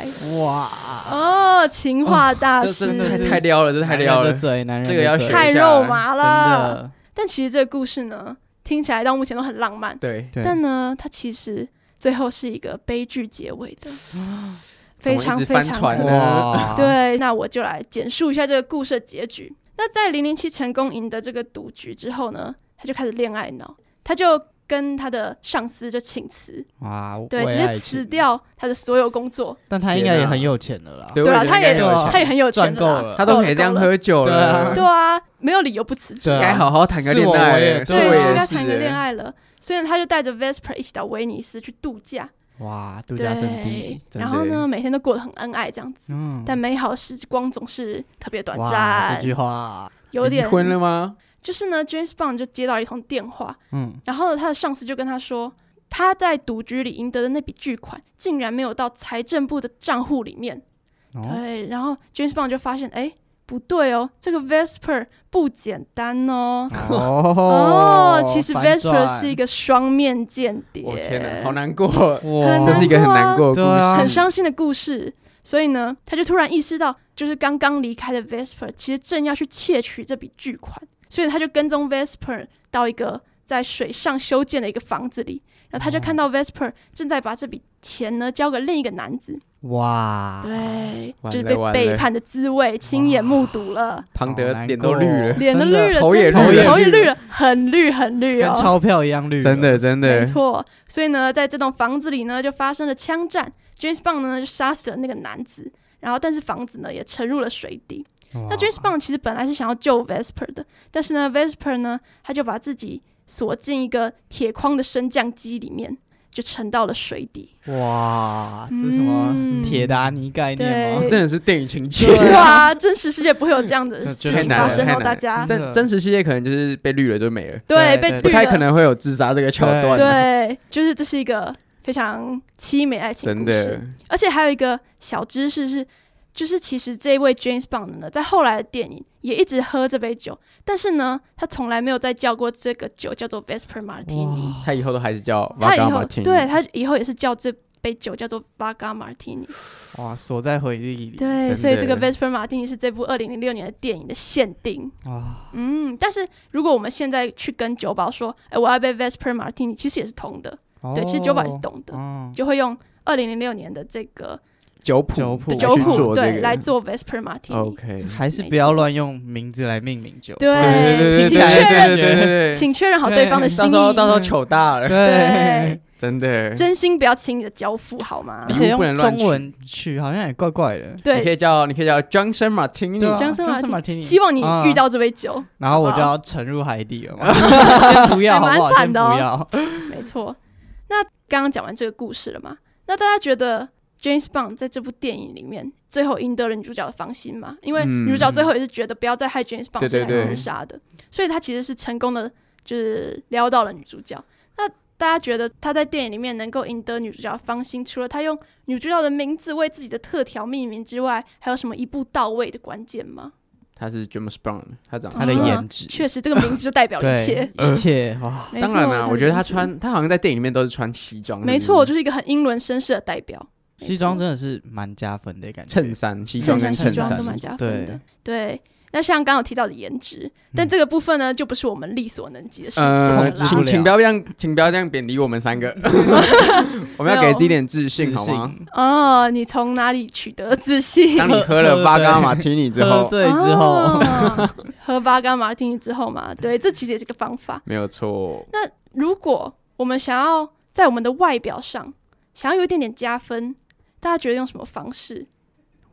Speaker 2: 哇，
Speaker 3: 哦，情话大
Speaker 2: 这
Speaker 3: 师，
Speaker 2: 真的
Speaker 1: 太
Speaker 2: 是
Speaker 1: 太撩了，这太撩
Speaker 2: 男人
Speaker 1: 了
Speaker 2: 的，嘴，男人的
Speaker 1: 这个要
Speaker 2: 嘴
Speaker 1: 学一下
Speaker 3: 太肉麻
Speaker 2: 真
Speaker 3: 了。
Speaker 2: 的，
Speaker 3: 但其实这个故事呢，听起来到目前都很浪漫，
Speaker 1: 对，
Speaker 2: 对，啊
Speaker 3: 但呢，它其实最后是一个悲剧结尾的，非常
Speaker 1: 啊怎么一直
Speaker 3: 非
Speaker 1: 翻
Speaker 3: 常
Speaker 1: 船
Speaker 3: 可
Speaker 1: 呢
Speaker 3: 惜。
Speaker 2: 哇，
Speaker 3: 对，那我就来简述一下这个故事的结局。那在零零七成功赢得这个赌局之后呢，他就开始恋爱脑，他就跟他的上司就请辞，
Speaker 2: 哇，
Speaker 3: 对，
Speaker 2: 为
Speaker 3: 直接
Speaker 2: 爱
Speaker 3: 辞
Speaker 2: 情，
Speaker 3: 掉他的所有工作。
Speaker 2: 但他应该也很有钱的啦，
Speaker 1: 对
Speaker 3: 对啊
Speaker 1: 我觉得
Speaker 3: 他也
Speaker 1: 应该有
Speaker 2: 哇
Speaker 1: 钱
Speaker 3: 他也很有钱
Speaker 2: 哦赚
Speaker 3: 的
Speaker 2: 够
Speaker 3: 啦，
Speaker 2: 了
Speaker 1: 他都可以这样
Speaker 3: 够了
Speaker 1: 喝酒
Speaker 2: 对
Speaker 1: 了
Speaker 2: 啊，
Speaker 3: 对啊，没有理由不辞职
Speaker 2: 对
Speaker 3: 啊。
Speaker 2: 啊
Speaker 1: 该好好谈个恋
Speaker 2: 是我我
Speaker 1: 爱
Speaker 2: 也
Speaker 1: 了，
Speaker 2: 是
Speaker 1: 我
Speaker 3: 对，
Speaker 1: 也
Speaker 3: 是该
Speaker 1: 是
Speaker 3: 谈个
Speaker 1: 欸
Speaker 3: 恋爱了。所以呢，他就带着 Vesper 一起到威尼斯去度假，
Speaker 2: 哇，度假胜
Speaker 3: 对
Speaker 2: 地，，
Speaker 1: 真的
Speaker 3: 然后呢，每天都过得很恩爱这样子。
Speaker 2: 嗯，
Speaker 3: 但美好时光总是特别短
Speaker 2: 哇，
Speaker 3: 暂
Speaker 2: 这，句话，
Speaker 3: 有
Speaker 1: 离
Speaker 3: 点
Speaker 1: 婚了吗？
Speaker 3: 就是呢，James Bond 就接到一通电话，
Speaker 2: 嗯，
Speaker 3: 然后他的上司就跟他说，他在赌局里赢得的那笔巨款竟然没有到财政部的账户里面。
Speaker 2: 哦，
Speaker 3: 对，然后 James Bond 就发现，哎，不对哦，这个 Vesper 不简单哦。
Speaker 2: 哦
Speaker 3: 哦，其实
Speaker 2: 反
Speaker 3: Vesper
Speaker 2: 转
Speaker 3: 是一个双面间谍，
Speaker 1: 我天哪，好难过，
Speaker 2: 哇，
Speaker 1: 这是一个很难过的
Speaker 2: 哦对啊
Speaker 1: 故
Speaker 3: 很
Speaker 1: 事，
Speaker 3: 伤心的故事。所以呢，他就突然意识到，就是刚刚离开的 Vesper 其实正要去窃取这笔巨款，所以他就跟踪 Vesper 到一个在水上修建的一个房子里，然后他就看到 Vesper 正在把这笔钱呢交给另一个男子，
Speaker 2: 哇，
Speaker 3: 对，
Speaker 1: 完
Speaker 3: 就是
Speaker 1: 了
Speaker 3: 被
Speaker 1: 完
Speaker 3: 背
Speaker 1: 了
Speaker 3: 叛的滋味亲眼目睹了，
Speaker 1: 庞
Speaker 2: 好
Speaker 1: 德
Speaker 2: 难
Speaker 1: 脸都
Speaker 2: 过
Speaker 1: 绿了，
Speaker 3: 脸都
Speaker 2: 真
Speaker 3: 绿了，
Speaker 2: 的
Speaker 1: 头也
Speaker 3: 真的
Speaker 2: 绿了
Speaker 3: 头也绿了，很绿很绿
Speaker 2: 跟
Speaker 3: 哦，
Speaker 2: 钞票一样绿，
Speaker 1: 真，的真
Speaker 3: 没
Speaker 1: 的，
Speaker 3: 错。所以呢，在这栋房子里呢，就发生了枪战，James Bond 呢就杀死了那个男子，然后但是房子呢也沉入了水底。那 James Bond 其实本来是想要救 Vesper 的，但是呢，Vesper 呢，他就把自己锁进一个铁框的升降机里面，就沉到了水底。
Speaker 2: 哇，这是什么
Speaker 3: 嗯
Speaker 2: 铁达尼概念吗
Speaker 3: 对？
Speaker 1: 真的是电影情节。
Speaker 2: 对啊
Speaker 3: 哇，真实世界不会有这样的
Speaker 2: 这
Speaker 3: 事
Speaker 2: 这
Speaker 3: 情
Speaker 1: 太难
Speaker 3: 发
Speaker 1: 了
Speaker 3: 生
Speaker 1: 太
Speaker 3: 哦，
Speaker 1: 难
Speaker 3: 大
Speaker 1: 了
Speaker 3: 家
Speaker 2: 真
Speaker 1: 真
Speaker 2: 的
Speaker 1: 真实世界可能就是被绿了就没了，
Speaker 3: 对
Speaker 2: 对
Speaker 3: 被
Speaker 2: 对
Speaker 1: 不
Speaker 3: 绿
Speaker 1: 太可
Speaker 3: 了，
Speaker 1: 能会有自杀这个桥段。
Speaker 3: 对，就是这是一个非常凄美爱情
Speaker 1: 真
Speaker 3: 故事
Speaker 1: 的。，
Speaker 3: 而且还有一个小知识是，就是其实这位 James Bond 呢，在后来的电影也一直喝这杯酒，但是呢，他从来没有再叫过这个酒叫做 Vesper Martini。
Speaker 1: 他以后都还是叫
Speaker 3: 他以
Speaker 1: Vodka
Speaker 3: 后
Speaker 1: Martini
Speaker 3: 对他以后也是叫这杯酒叫做 Vodka Martini。
Speaker 2: 哇，锁在回忆里，
Speaker 1: 真
Speaker 3: 对，
Speaker 1: 的
Speaker 3: 所以这个 Vesper Martini 是这部二零零六年的电影的限定。
Speaker 2: 哇，
Speaker 3: 嗯，但是如果我们现在去跟酒保说，哎、我要一杯 Vesper Martini，其实也是通的。对，其实酒保也是懂的，
Speaker 2: 哦，
Speaker 3: 就会用二零零六年的这个
Speaker 1: 酒谱
Speaker 2: 酒谱
Speaker 1: 去
Speaker 3: 酒
Speaker 2: 去
Speaker 3: 谱
Speaker 1: 做这
Speaker 3: 对
Speaker 1: 个
Speaker 3: 来做 Vesper Martini。
Speaker 1: OK，
Speaker 2: 嗯还是
Speaker 3: 没
Speaker 2: 不要
Speaker 3: 错
Speaker 2: 乱用名字来命名酒，
Speaker 1: 对对对
Speaker 3: 请
Speaker 1: 对
Speaker 3: 确
Speaker 1: 对
Speaker 3: 认，
Speaker 1: 对对对对，
Speaker 3: 请确认好对方的心
Speaker 1: 到时候到时
Speaker 3: 意。
Speaker 1: 候糗大 了，
Speaker 3: 对，
Speaker 1: 真的。
Speaker 3: 真心不要轻易的交付，好吗
Speaker 2: 而？且
Speaker 1: 不
Speaker 2: 用
Speaker 1: 能乱
Speaker 2: 中文取好像也怪怪的。
Speaker 1: 你可
Speaker 3: 对，
Speaker 1: 以叫你可以叫 Johnson Martini，
Speaker 2: 对啊
Speaker 3: Johnson
Speaker 2: Johnson
Speaker 3: Martini
Speaker 2: Martini
Speaker 3: 希望你
Speaker 2: 啊
Speaker 3: 遇到这杯酒。
Speaker 2: 然后我
Speaker 3: 好
Speaker 2: 就
Speaker 3: 不好
Speaker 2: 要沉入海底 了嘛，先不要
Speaker 3: 还
Speaker 2: 好不
Speaker 3: 蛮
Speaker 2: 好？
Speaker 3: 惨
Speaker 2: 先不
Speaker 3: 的哦
Speaker 2: 要，
Speaker 3: 没错。那刚刚讲完这个故事了嘛？那大家觉得 James Bond 在这部电影里面最后赢得了女主角的芳心吗？因为
Speaker 1: 嗯
Speaker 3: 女主角最后也是觉得不要再害 James Bond，
Speaker 1: 对
Speaker 3: 所以
Speaker 1: 对
Speaker 3: 才
Speaker 1: 对
Speaker 3: 自杀的，所以他其实是成功的，就是撩到了女主角。那大家觉得他在电影里面能够赢得女主角的芳心，除了他用女主角的名字为自己的特调命名之外，还有什么一步到位的关键吗？
Speaker 1: 他是 James Brown，他长得
Speaker 2: 他的
Speaker 3: 啊
Speaker 2: 颜值，
Speaker 3: 确实，这个名字就代表了一切
Speaker 2: 对。一切哇，
Speaker 3: 嗯没
Speaker 1: 当
Speaker 3: 错
Speaker 1: 然啦，
Speaker 3: 的
Speaker 1: 我觉得他
Speaker 3: 名字
Speaker 1: 穿嗯他好像在电影里面都是穿西装，
Speaker 3: 没
Speaker 1: 是不
Speaker 3: 错，
Speaker 1: 是
Speaker 3: 就是一个很英伦绅士的代表。没
Speaker 2: 西装
Speaker 3: 错
Speaker 2: 真的是蛮加分的感觉，
Speaker 1: 衬衫、西
Speaker 3: 衬
Speaker 1: 装
Speaker 3: 衫、
Speaker 1: 跟
Speaker 3: 西
Speaker 1: 衬
Speaker 3: 装
Speaker 1: 衫
Speaker 3: 都，蛮加分的
Speaker 2: 对。
Speaker 3: 对，那像刚刚有提到的颜值，但这个部分呢，就不是我们力所能及的事情了
Speaker 1: 嗯呃，
Speaker 2: 制不
Speaker 1: 请
Speaker 2: 了
Speaker 3: 啦。
Speaker 1: 请不要这样，请不要这样贬低我们 三个，我们要给自己一点自信好吗？
Speaker 3: 哦，你从哪里取得 自信？
Speaker 1: 当你喝了
Speaker 2: 喝
Speaker 1: 八嘎
Speaker 2: 对
Speaker 1: 马提尼之
Speaker 2: 喝
Speaker 1: 后，
Speaker 2: 醉之后，
Speaker 3: 哦喝八干马丁之后嘛，对，这其实也是个方法。
Speaker 1: 没有错，
Speaker 3: 如果我们想要在我们的外表上想要有一点点加分，大家觉得用什么方式？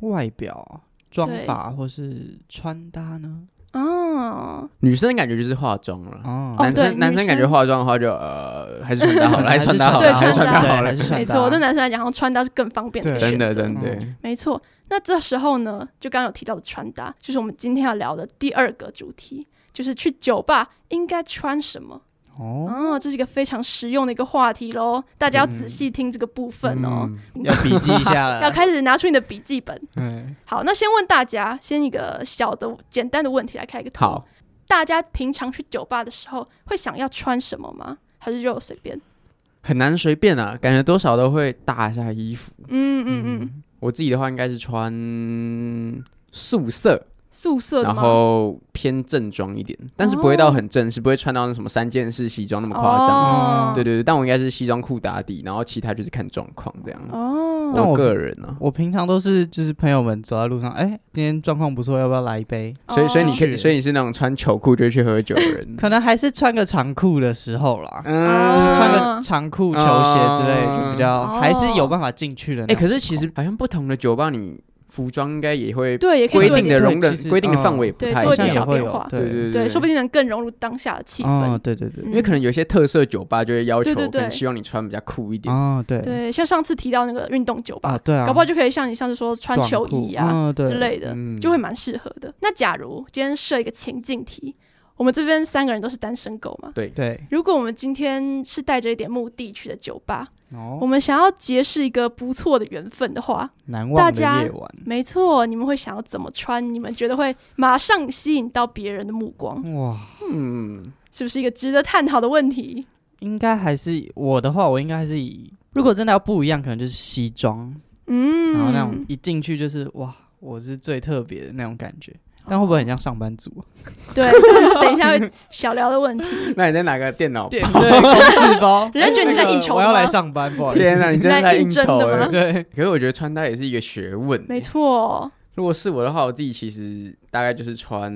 Speaker 2: 外表、妆
Speaker 3: 对
Speaker 2: 法或是穿搭呢？
Speaker 3: 哦，
Speaker 1: 女生感觉就是化妆了。
Speaker 2: 哦
Speaker 3: 哦
Speaker 1: 男
Speaker 3: 对
Speaker 1: 生男
Speaker 3: 女
Speaker 1: 生感觉
Speaker 3: 生
Speaker 1: 化妆的话就呃还是穿搭好了，还是穿搭好
Speaker 3: 对
Speaker 1: 了，还是穿
Speaker 3: 穿搭
Speaker 1: 搭好了
Speaker 2: 还，是穿
Speaker 3: 没
Speaker 2: 搭，
Speaker 3: 错，对男生来讲，好像穿搭是更方便的一个
Speaker 2: 对
Speaker 3: 选
Speaker 1: 真
Speaker 3: 择。哦
Speaker 1: 的真的
Speaker 2: 嗯
Speaker 3: 没错，那这时候呢，就刚刚有提到的穿搭，就是我们今天要聊的第二个主题，就是去酒吧应该穿什么。
Speaker 2: 哦，
Speaker 3: 哦，这是一个非常实用的一个话题喽，大家要仔细听这个部分哦，
Speaker 1: 嗯
Speaker 2: 要笔记一下 了，
Speaker 3: 要开始拿出你的笔记本。
Speaker 2: 嗯
Speaker 3: 好，那先问大家，先一个小的简单的问题来开一个头。
Speaker 1: 好，
Speaker 3: 大家平常去酒吧的时候会想要穿什么吗？还是就随便？
Speaker 1: 很难随便啊，感觉多少都会搭一下衣服。
Speaker 3: 嗯嗯嗯，
Speaker 1: 我自己的话应该是穿素色，
Speaker 3: 素色的
Speaker 1: 然
Speaker 3: 吗？
Speaker 1: 后偏正装一点，但是不会到很正式，不会穿到那什么三件式西装那么夸张。
Speaker 2: 嗯
Speaker 3: 哦
Speaker 1: 对对对，但我应该是西装裤打底，然后其他就是看状况这样。
Speaker 3: 哦，
Speaker 2: 但
Speaker 1: 我
Speaker 2: 我
Speaker 1: 个人啊，
Speaker 2: 我平常都是就是朋友们走在路上，哎、今天状况不错，要不要来一杯？
Speaker 3: 哦
Speaker 1: 所以所以你
Speaker 2: 去，
Speaker 1: 可以所以你是那种穿球裤就会去喝酒的人 嗯
Speaker 2: 可能还是穿个长裤的时候啦，
Speaker 3: 啊
Speaker 2: 就是穿个长裤、球鞋之类
Speaker 1: 啊
Speaker 2: 就比较、
Speaker 3: 哦
Speaker 2: 还是有办法进去的那
Speaker 1: 哎、
Speaker 2: 种情况。
Speaker 1: 可是其实好像不同的酒吧，你服装应该也会
Speaker 3: 对，也可
Speaker 1: 规
Speaker 3: 以做一
Speaker 1: 定
Speaker 3: 点
Speaker 1: 的容
Speaker 2: 对
Speaker 1: 忍
Speaker 2: 其、实
Speaker 1: 规定的范围不
Speaker 3: 对
Speaker 1: 太
Speaker 3: 做
Speaker 2: 好
Speaker 3: 一点
Speaker 1: 一
Speaker 2: 像也
Speaker 3: 小
Speaker 1: 样。
Speaker 2: 会
Speaker 3: 变
Speaker 2: 有
Speaker 3: 化，
Speaker 1: 嗯对对
Speaker 3: 对，说不
Speaker 1: 定。
Speaker 3: 定能更融入当下的气氛嗯
Speaker 2: 哦，。对对对，
Speaker 1: 因为可能有些特色酒吧就会要求，
Speaker 3: 对对
Speaker 1: 可
Speaker 3: 对
Speaker 1: 能希望你穿比较酷一点。
Speaker 2: 哦对
Speaker 3: 对，像上次提到那个运动酒吧
Speaker 2: 啊，对啊，
Speaker 3: 搞不好就可以像你上次说穿球衣啊
Speaker 2: 啊
Speaker 3: 之，类的，
Speaker 1: 嗯
Speaker 3: 就会蛮适合的。那假如今天设一个情境题，我们这边三个人都是单身狗嘛，
Speaker 2: 对
Speaker 3: 如果我们今天是带着一点目的去的酒吧，
Speaker 2: 对哦
Speaker 3: 我，们想要结识一个不错的缘分的话，
Speaker 2: 难
Speaker 3: 大
Speaker 2: 忘的
Speaker 3: 家
Speaker 2: 夜晚。
Speaker 3: 没错，你们会想要怎么穿？你们觉得会马上吸引到别人的目光，
Speaker 2: 哇，
Speaker 1: 嗯，
Speaker 3: 是不是一个值得探讨的问题？
Speaker 2: 应该还是我的话，我应该还是以如果真的要不一样，可能就是西装，
Speaker 3: 嗯，
Speaker 2: 然后那种一进去就是哇，我是最特别的那种感觉。
Speaker 3: 哦
Speaker 2: 但会不会很像上班族？
Speaker 3: 对，这个是等一下会小聊的问题。
Speaker 1: 那你在哪个电脑？
Speaker 2: 对，公事包，
Speaker 3: 人家觉得你在
Speaker 2: 那个
Speaker 3: 应酬
Speaker 2: 我
Speaker 3: 的
Speaker 2: 要
Speaker 3: 吗
Speaker 2: 来上班，不好意
Speaker 1: 天啊
Speaker 2: 思。
Speaker 1: 哪，你真的在应
Speaker 3: 你在应
Speaker 1: 酬
Speaker 3: 征的吗
Speaker 1: 欸！
Speaker 2: 对，
Speaker 1: 可是我觉得穿搭也是一个学问欸。
Speaker 3: 没错，
Speaker 1: 如果是我的话，我自己其实大概就是穿，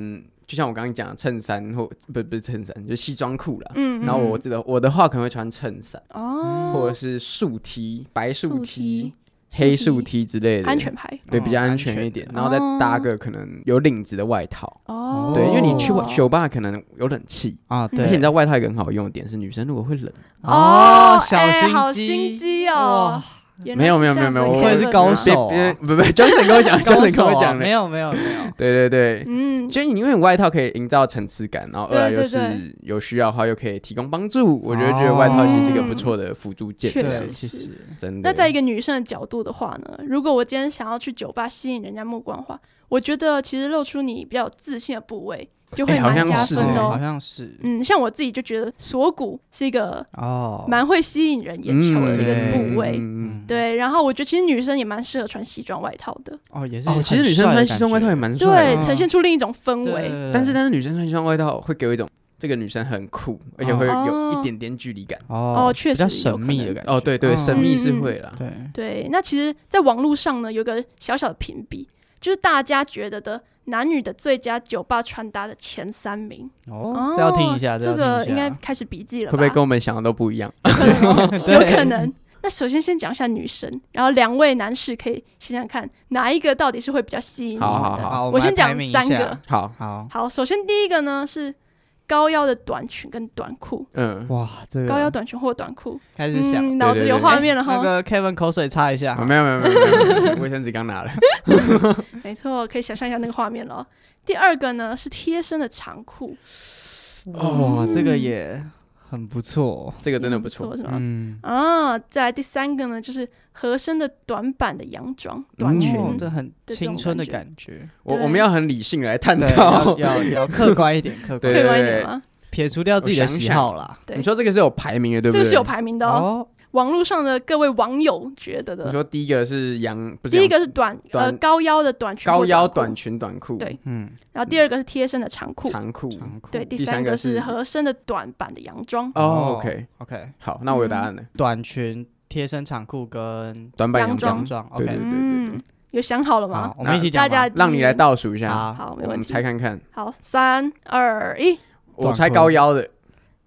Speaker 1: 就像我刚刚讲的衬衫或不不是衬衫，就是西装裤啦。
Speaker 3: 嗯，
Speaker 1: 然后我记得我的话可能会穿衬衫，
Speaker 3: 哦，
Speaker 1: 或者是竖 T、白竖
Speaker 3: 竖
Speaker 1: T
Speaker 3: T、
Speaker 1: 黑竖
Speaker 3: 竖
Speaker 1: T 之类的，
Speaker 3: 安全牌
Speaker 1: 对比较
Speaker 2: 哦
Speaker 1: 安
Speaker 2: 安
Speaker 1: 全
Speaker 2: 全
Speaker 1: 一点，然后再搭个可能有领子的外套。
Speaker 3: 哦，
Speaker 1: 对，因为你去
Speaker 2: 过
Speaker 1: 外酒吧可能有冷气，
Speaker 2: 啊，
Speaker 1: 而
Speaker 2: 对，
Speaker 1: 且你知道外套有一个很好用的点是，女生如果会冷，
Speaker 3: 哦，
Speaker 2: 小
Speaker 3: 哎
Speaker 2: 心
Speaker 3: 好
Speaker 2: 机
Speaker 3: 心机哦，原来
Speaker 1: 没有
Speaker 3: 是
Speaker 1: 没有
Speaker 3: 这
Speaker 1: 没有没有
Speaker 3: 样子的
Speaker 1: 我会
Speaker 3: 理
Speaker 2: 是
Speaker 3: 论
Speaker 2: 高
Speaker 3: 啊
Speaker 2: 手哦
Speaker 1: 别别不不，Johnson 跟我讲，Johnson 跟
Speaker 2: 高手
Speaker 1: 我
Speaker 2: 啊
Speaker 1: 讲的
Speaker 2: 没，有没有没有，
Speaker 1: 对对对，
Speaker 3: 嗯，
Speaker 1: 就因为你外套可以营造层次感，然后二来又
Speaker 3: 对对
Speaker 1: 是有需要的话又可以提供帮
Speaker 2: 哦
Speaker 1: 助，我觉得觉得外套其实是一个不错的辅助件，
Speaker 3: 确
Speaker 1: 对
Speaker 3: 实
Speaker 2: 对，嗯其
Speaker 3: 是
Speaker 2: 实
Speaker 1: 真的。
Speaker 3: 那在一个女生的角度的话呢，如果我今天想要去酒吧吸引人家目光的话，我觉得其实露出你比较有自信的部位就会
Speaker 1: 哎好
Speaker 3: 蛮
Speaker 1: 像
Speaker 3: 加
Speaker 1: 是
Speaker 3: 分
Speaker 1: 哎
Speaker 3: 的
Speaker 2: 好
Speaker 3: 哦。
Speaker 2: 像是
Speaker 3: 嗯，像我自己就觉得锁骨是一个
Speaker 2: 哦，
Speaker 3: 蛮会吸引人眼球的一个
Speaker 2: 嗯
Speaker 3: 部位。
Speaker 1: 嗯
Speaker 3: 对，然后我觉得其实女生也蛮适合穿西装外套的，
Speaker 2: 哦也是
Speaker 1: 哦，
Speaker 2: 很
Speaker 1: 其实女生
Speaker 2: 帅的
Speaker 1: 穿
Speaker 2: 感
Speaker 1: 西装外
Speaker 2: 觉
Speaker 1: 套也蛮帅
Speaker 3: 对，
Speaker 1: 的，
Speaker 2: 嗯
Speaker 3: 呈现出另一种氛
Speaker 2: 对
Speaker 3: 围。
Speaker 1: 但是但是女生穿西装外套会给我一种这个女生很酷，而且会有一
Speaker 3: 哦
Speaker 1: 点点距离感。
Speaker 2: 哦
Speaker 3: 哦确
Speaker 2: 比较
Speaker 3: 实有
Speaker 2: 神
Speaker 3: 可
Speaker 2: 秘
Speaker 3: 能
Speaker 2: 的感觉嗯
Speaker 1: 哦，对对，神秘是会啦。
Speaker 2: 对
Speaker 3: 对，那其实，在网络上呢，有个小小的评比，就是大家觉得的男女的最佳酒吧穿搭的前三名。
Speaker 2: 哦，这要听一下，啊
Speaker 3: 这个应该
Speaker 2: 有
Speaker 3: 开始笔记了
Speaker 1: 会
Speaker 3: 吧？
Speaker 1: 不会跟我们想的都不一样？
Speaker 3: 有可能。那首先先讲一下女生，然后两位男士可以想想看哪一个到底是会比较吸引你的。
Speaker 1: 好好好
Speaker 2: 好，
Speaker 3: 我
Speaker 2: 们
Speaker 3: 先
Speaker 2: 来
Speaker 3: 讲
Speaker 2: 排名一
Speaker 3: 三
Speaker 2: 下
Speaker 3: 个，
Speaker 1: 好，
Speaker 2: 好
Speaker 3: 好首先第一个呢是高腰的短裙跟短裤，
Speaker 1: 嗯，
Speaker 2: 哇，这个
Speaker 3: 高腰短裙或短裤，
Speaker 2: 开始啊想
Speaker 3: 嗯，脑子
Speaker 1: 对对
Speaker 3: 有
Speaker 1: 对
Speaker 3: 画面了哈
Speaker 2: 哎那。个 Kevin 口水擦一下
Speaker 1: 啊，，没有没有没有没有没有，卫生纸刚拿了。
Speaker 3: 没错，可以想象一下那个画面了哦。第二个呢是贴身的长裤，
Speaker 2: 哇，这个也很不错，
Speaker 1: 这个真的不 错，
Speaker 3: 是吗？
Speaker 2: 嗯，
Speaker 3: 啊，再来第三个呢就是合身的短版的洋装短裙，
Speaker 2: 哦这很
Speaker 3: 这
Speaker 2: 青
Speaker 3: 种
Speaker 2: 春的
Speaker 3: 感
Speaker 2: 感觉，
Speaker 1: 我
Speaker 3: 对
Speaker 1: 我们要很理性来探
Speaker 2: 对，
Speaker 1: 讨
Speaker 2: 要。要要客观一点，客观
Speaker 1: 对
Speaker 2: 一
Speaker 3: 可
Speaker 2: 点，
Speaker 3: 以玩一
Speaker 1: 对
Speaker 3: 点吗？
Speaker 2: 撇除掉自己的
Speaker 1: 我想
Speaker 2: 喜
Speaker 1: 想
Speaker 2: 好啦，
Speaker 3: 对
Speaker 1: 你说这个是有排名的，对不
Speaker 3: 这
Speaker 1: 对？
Speaker 3: 个是有排名的哦。
Speaker 2: 哦，
Speaker 3: 网络上的各位网友觉得
Speaker 1: 你
Speaker 3: 的，
Speaker 1: 说第一个是羊，不是
Speaker 3: 第一
Speaker 1: 羊
Speaker 3: 个是短呃
Speaker 1: 短
Speaker 3: 高腰的短裙，
Speaker 1: 高腰短，裙、短裤、
Speaker 3: 对
Speaker 2: 嗯，
Speaker 3: 然后第二个是贴身的长裤，
Speaker 1: 长裤。
Speaker 2: 长裤
Speaker 3: 对，第
Speaker 1: 第三
Speaker 3: 三
Speaker 1: 个
Speaker 3: 个
Speaker 1: 是
Speaker 3: 是合身的短版的洋装，
Speaker 1: 哦
Speaker 2: 哦
Speaker 1: ，OK，
Speaker 2: ，OK，
Speaker 1: 好，那我有答案了，
Speaker 2: 短裙、贴身长裤跟
Speaker 1: 短版
Speaker 3: 嗯洋
Speaker 1: 洋
Speaker 3: 装
Speaker 1: 装
Speaker 2: 洋。装
Speaker 1: 对对
Speaker 2: ，OK，
Speaker 1: 对对对
Speaker 3: 嗯，有想好了
Speaker 2: 好
Speaker 3: 吗，？
Speaker 2: 我们一起
Speaker 3: 大家
Speaker 2: 讲吧，
Speaker 3: 第一
Speaker 1: 让你来
Speaker 3: 名
Speaker 1: 倒数一下，
Speaker 2: 好，
Speaker 3: 好，没
Speaker 1: 我
Speaker 3: 问
Speaker 1: 们
Speaker 3: 题
Speaker 1: 猜。看看。
Speaker 3: 好，三二一，
Speaker 1: 我猜高腰的，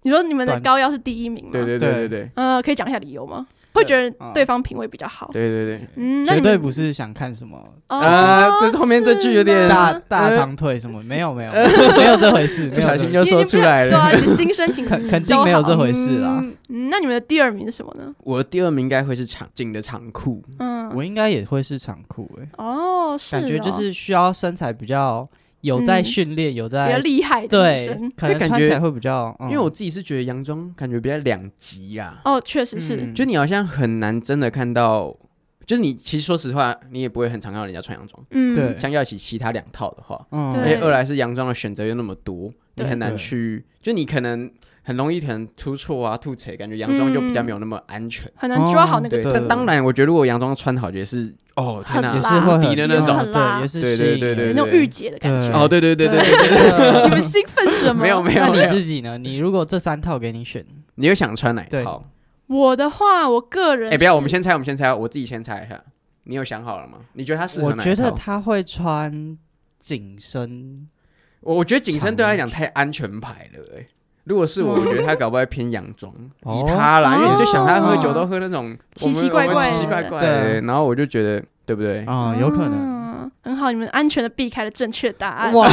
Speaker 3: 你说你们的
Speaker 2: 短
Speaker 3: 高腰是第一名吗？
Speaker 1: 对对对对对
Speaker 3: 呃，可以讲一下理由吗？会觉得
Speaker 2: 嗯
Speaker 3: 对方品味比较好。
Speaker 1: 对对对。
Speaker 3: 嗯，那
Speaker 2: 绝
Speaker 3: 你
Speaker 2: 对
Speaker 3: 们
Speaker 2: 不是想看什么
Speaker 3: 哦
Speaker 1: 啊这后面这句有点
Speaker 3: 是
Speaker 2: 大
Speaker 3: 吗
Speaker 2: 大长腿什么，没有没有没有这回事，
Speaker 1: 不小心
Speaker 2: 没有
Speaker 1: 就说出来
Speaker 3: 你已经不
Speaker 1: 了。
Speaker 3: 对啊，你的心声请
Speaker 2: 肯肯
Speaker 3: 收
Speaker 2: 定没有
Speaker 3: 好
Speaker 2: 这回事啦。
Speaker 3: 嗯，那你们的第二名是什么呢？
Speaker 1: 我的第二名应该会是长紧的长裤，
Speaker 3: 嗯，
Speaker 2: 我应该也会是长裤诶，
Speaker 3: 哦，是
Speaker 2: 感觉就
Speaker 3: 哦
Speaker 2: 是需要身材比较有在训练，有
Speaker 3: 比较
Speaker 2: 在
Speaker 3: 厉害的女
Speaker 2: 对
Speaker 3: 生，。
Speaker 2: 可
Speaker 1: 因为
Speaker 2: 能
Speaker 1: 感
Speaker 2: 穿起
Speaker 1: 觉
Speaker 2: 来会比较，嗯
Speaker 1: 因为我自己是觉得洋装感觉比较两极啦，
Speaker 3: 哦，确实是，
Speaker 1: 就你好像很难真的看到，就是你其实说实话，你也不会很常看到人家穿洋装。
Speaker 3: 嗯，
Speaker 2: 对
Speaker 1: 相较起其他两套的话，
Speaker 2: 嗯
Speaker 1: 而
Speaker 3: 对
Speaker 1: 且二来是洋装的选择又那么多，你
Speaker 3: 对
Speaker 1: 很难去，就你可能很容易可能出错啊、吐槽，感觉洋装就比较没有那么安全。
Speaker 3: 很难抓好那
Speaker 1: 对，
Speaker 3: 个
Speaker 2: 哦
Speaker 1: 但
Speaker 2: 对
Speaker 1: 当然，我觉得如果洋装穿好，也是哦，天哪
Speaker 2: 也
Speaker 3: 很，
Speaker 2: 是
Speaker 3: 辣
Speaker 2: 会
Speaker 1: 底的那种
Speaker 2: 嗯对，也
Speaker 1: 对对
Speaker 2: 是吸引
Speaker 1: 对对
Speaker 3: 有
Speaker 2: 人
Speaker 3: 那种御姐的感觉。
Speaker 1: 哦，对对对对对，
Speaker 2: 对
Speaker 3: 你们兴奋什 么？
Speaker 1: 没有没
Speaker 2: 那
Speaker 1: 有没
Speaker 2: 你
Speaker 1: 有，
Speaker 2: 自己呢？你如果这三套给你选，
Speaker 1: 你又想穿哪一
Speaker 2: 对
Speaker 1: 套？
Speaker 3: 我的话，我个人
Speaker 1: 哎，不要，
Speaker 3: 是
Speaker 1: 我们先猜，我们先猜，我自己先猜一下，你有想好了吗？你觉得他适合
Speaker 2: 我
Speaker 1: 哪一
Speaker 2: 觉得
Speaker 1: 套？
Speaker 2: 他会穿紧身，
Speaker 1: 我我觉得紧身对他来讲
Speaker 2: 长
Speaker 1: 太安全牌了，哎。如果是我，我觉得他搞不好会偏洋装，以
Speaker 2: 哦
Speaker 1: 他啦，因为你就想他喝酒
Speaker 3: 哦
Speaker 1: 都喝那种
Speaker 3: 奇奇
Speaker 1: 我们
Speaker 3: 怪
Speaker 1: 我们
Speaker 3: 怪
Speaker 1: 奇奇
Speaker 3: 的
Speaker 1: 怪怪
Speaker 2: 对
Speaker 1: 的，然后我就觉得对不对？
Speaker 2: 啊，有可能。
Speaker 3: 嗯，很好，你们安全的避开了正确答案。
Speaker 2: 哇，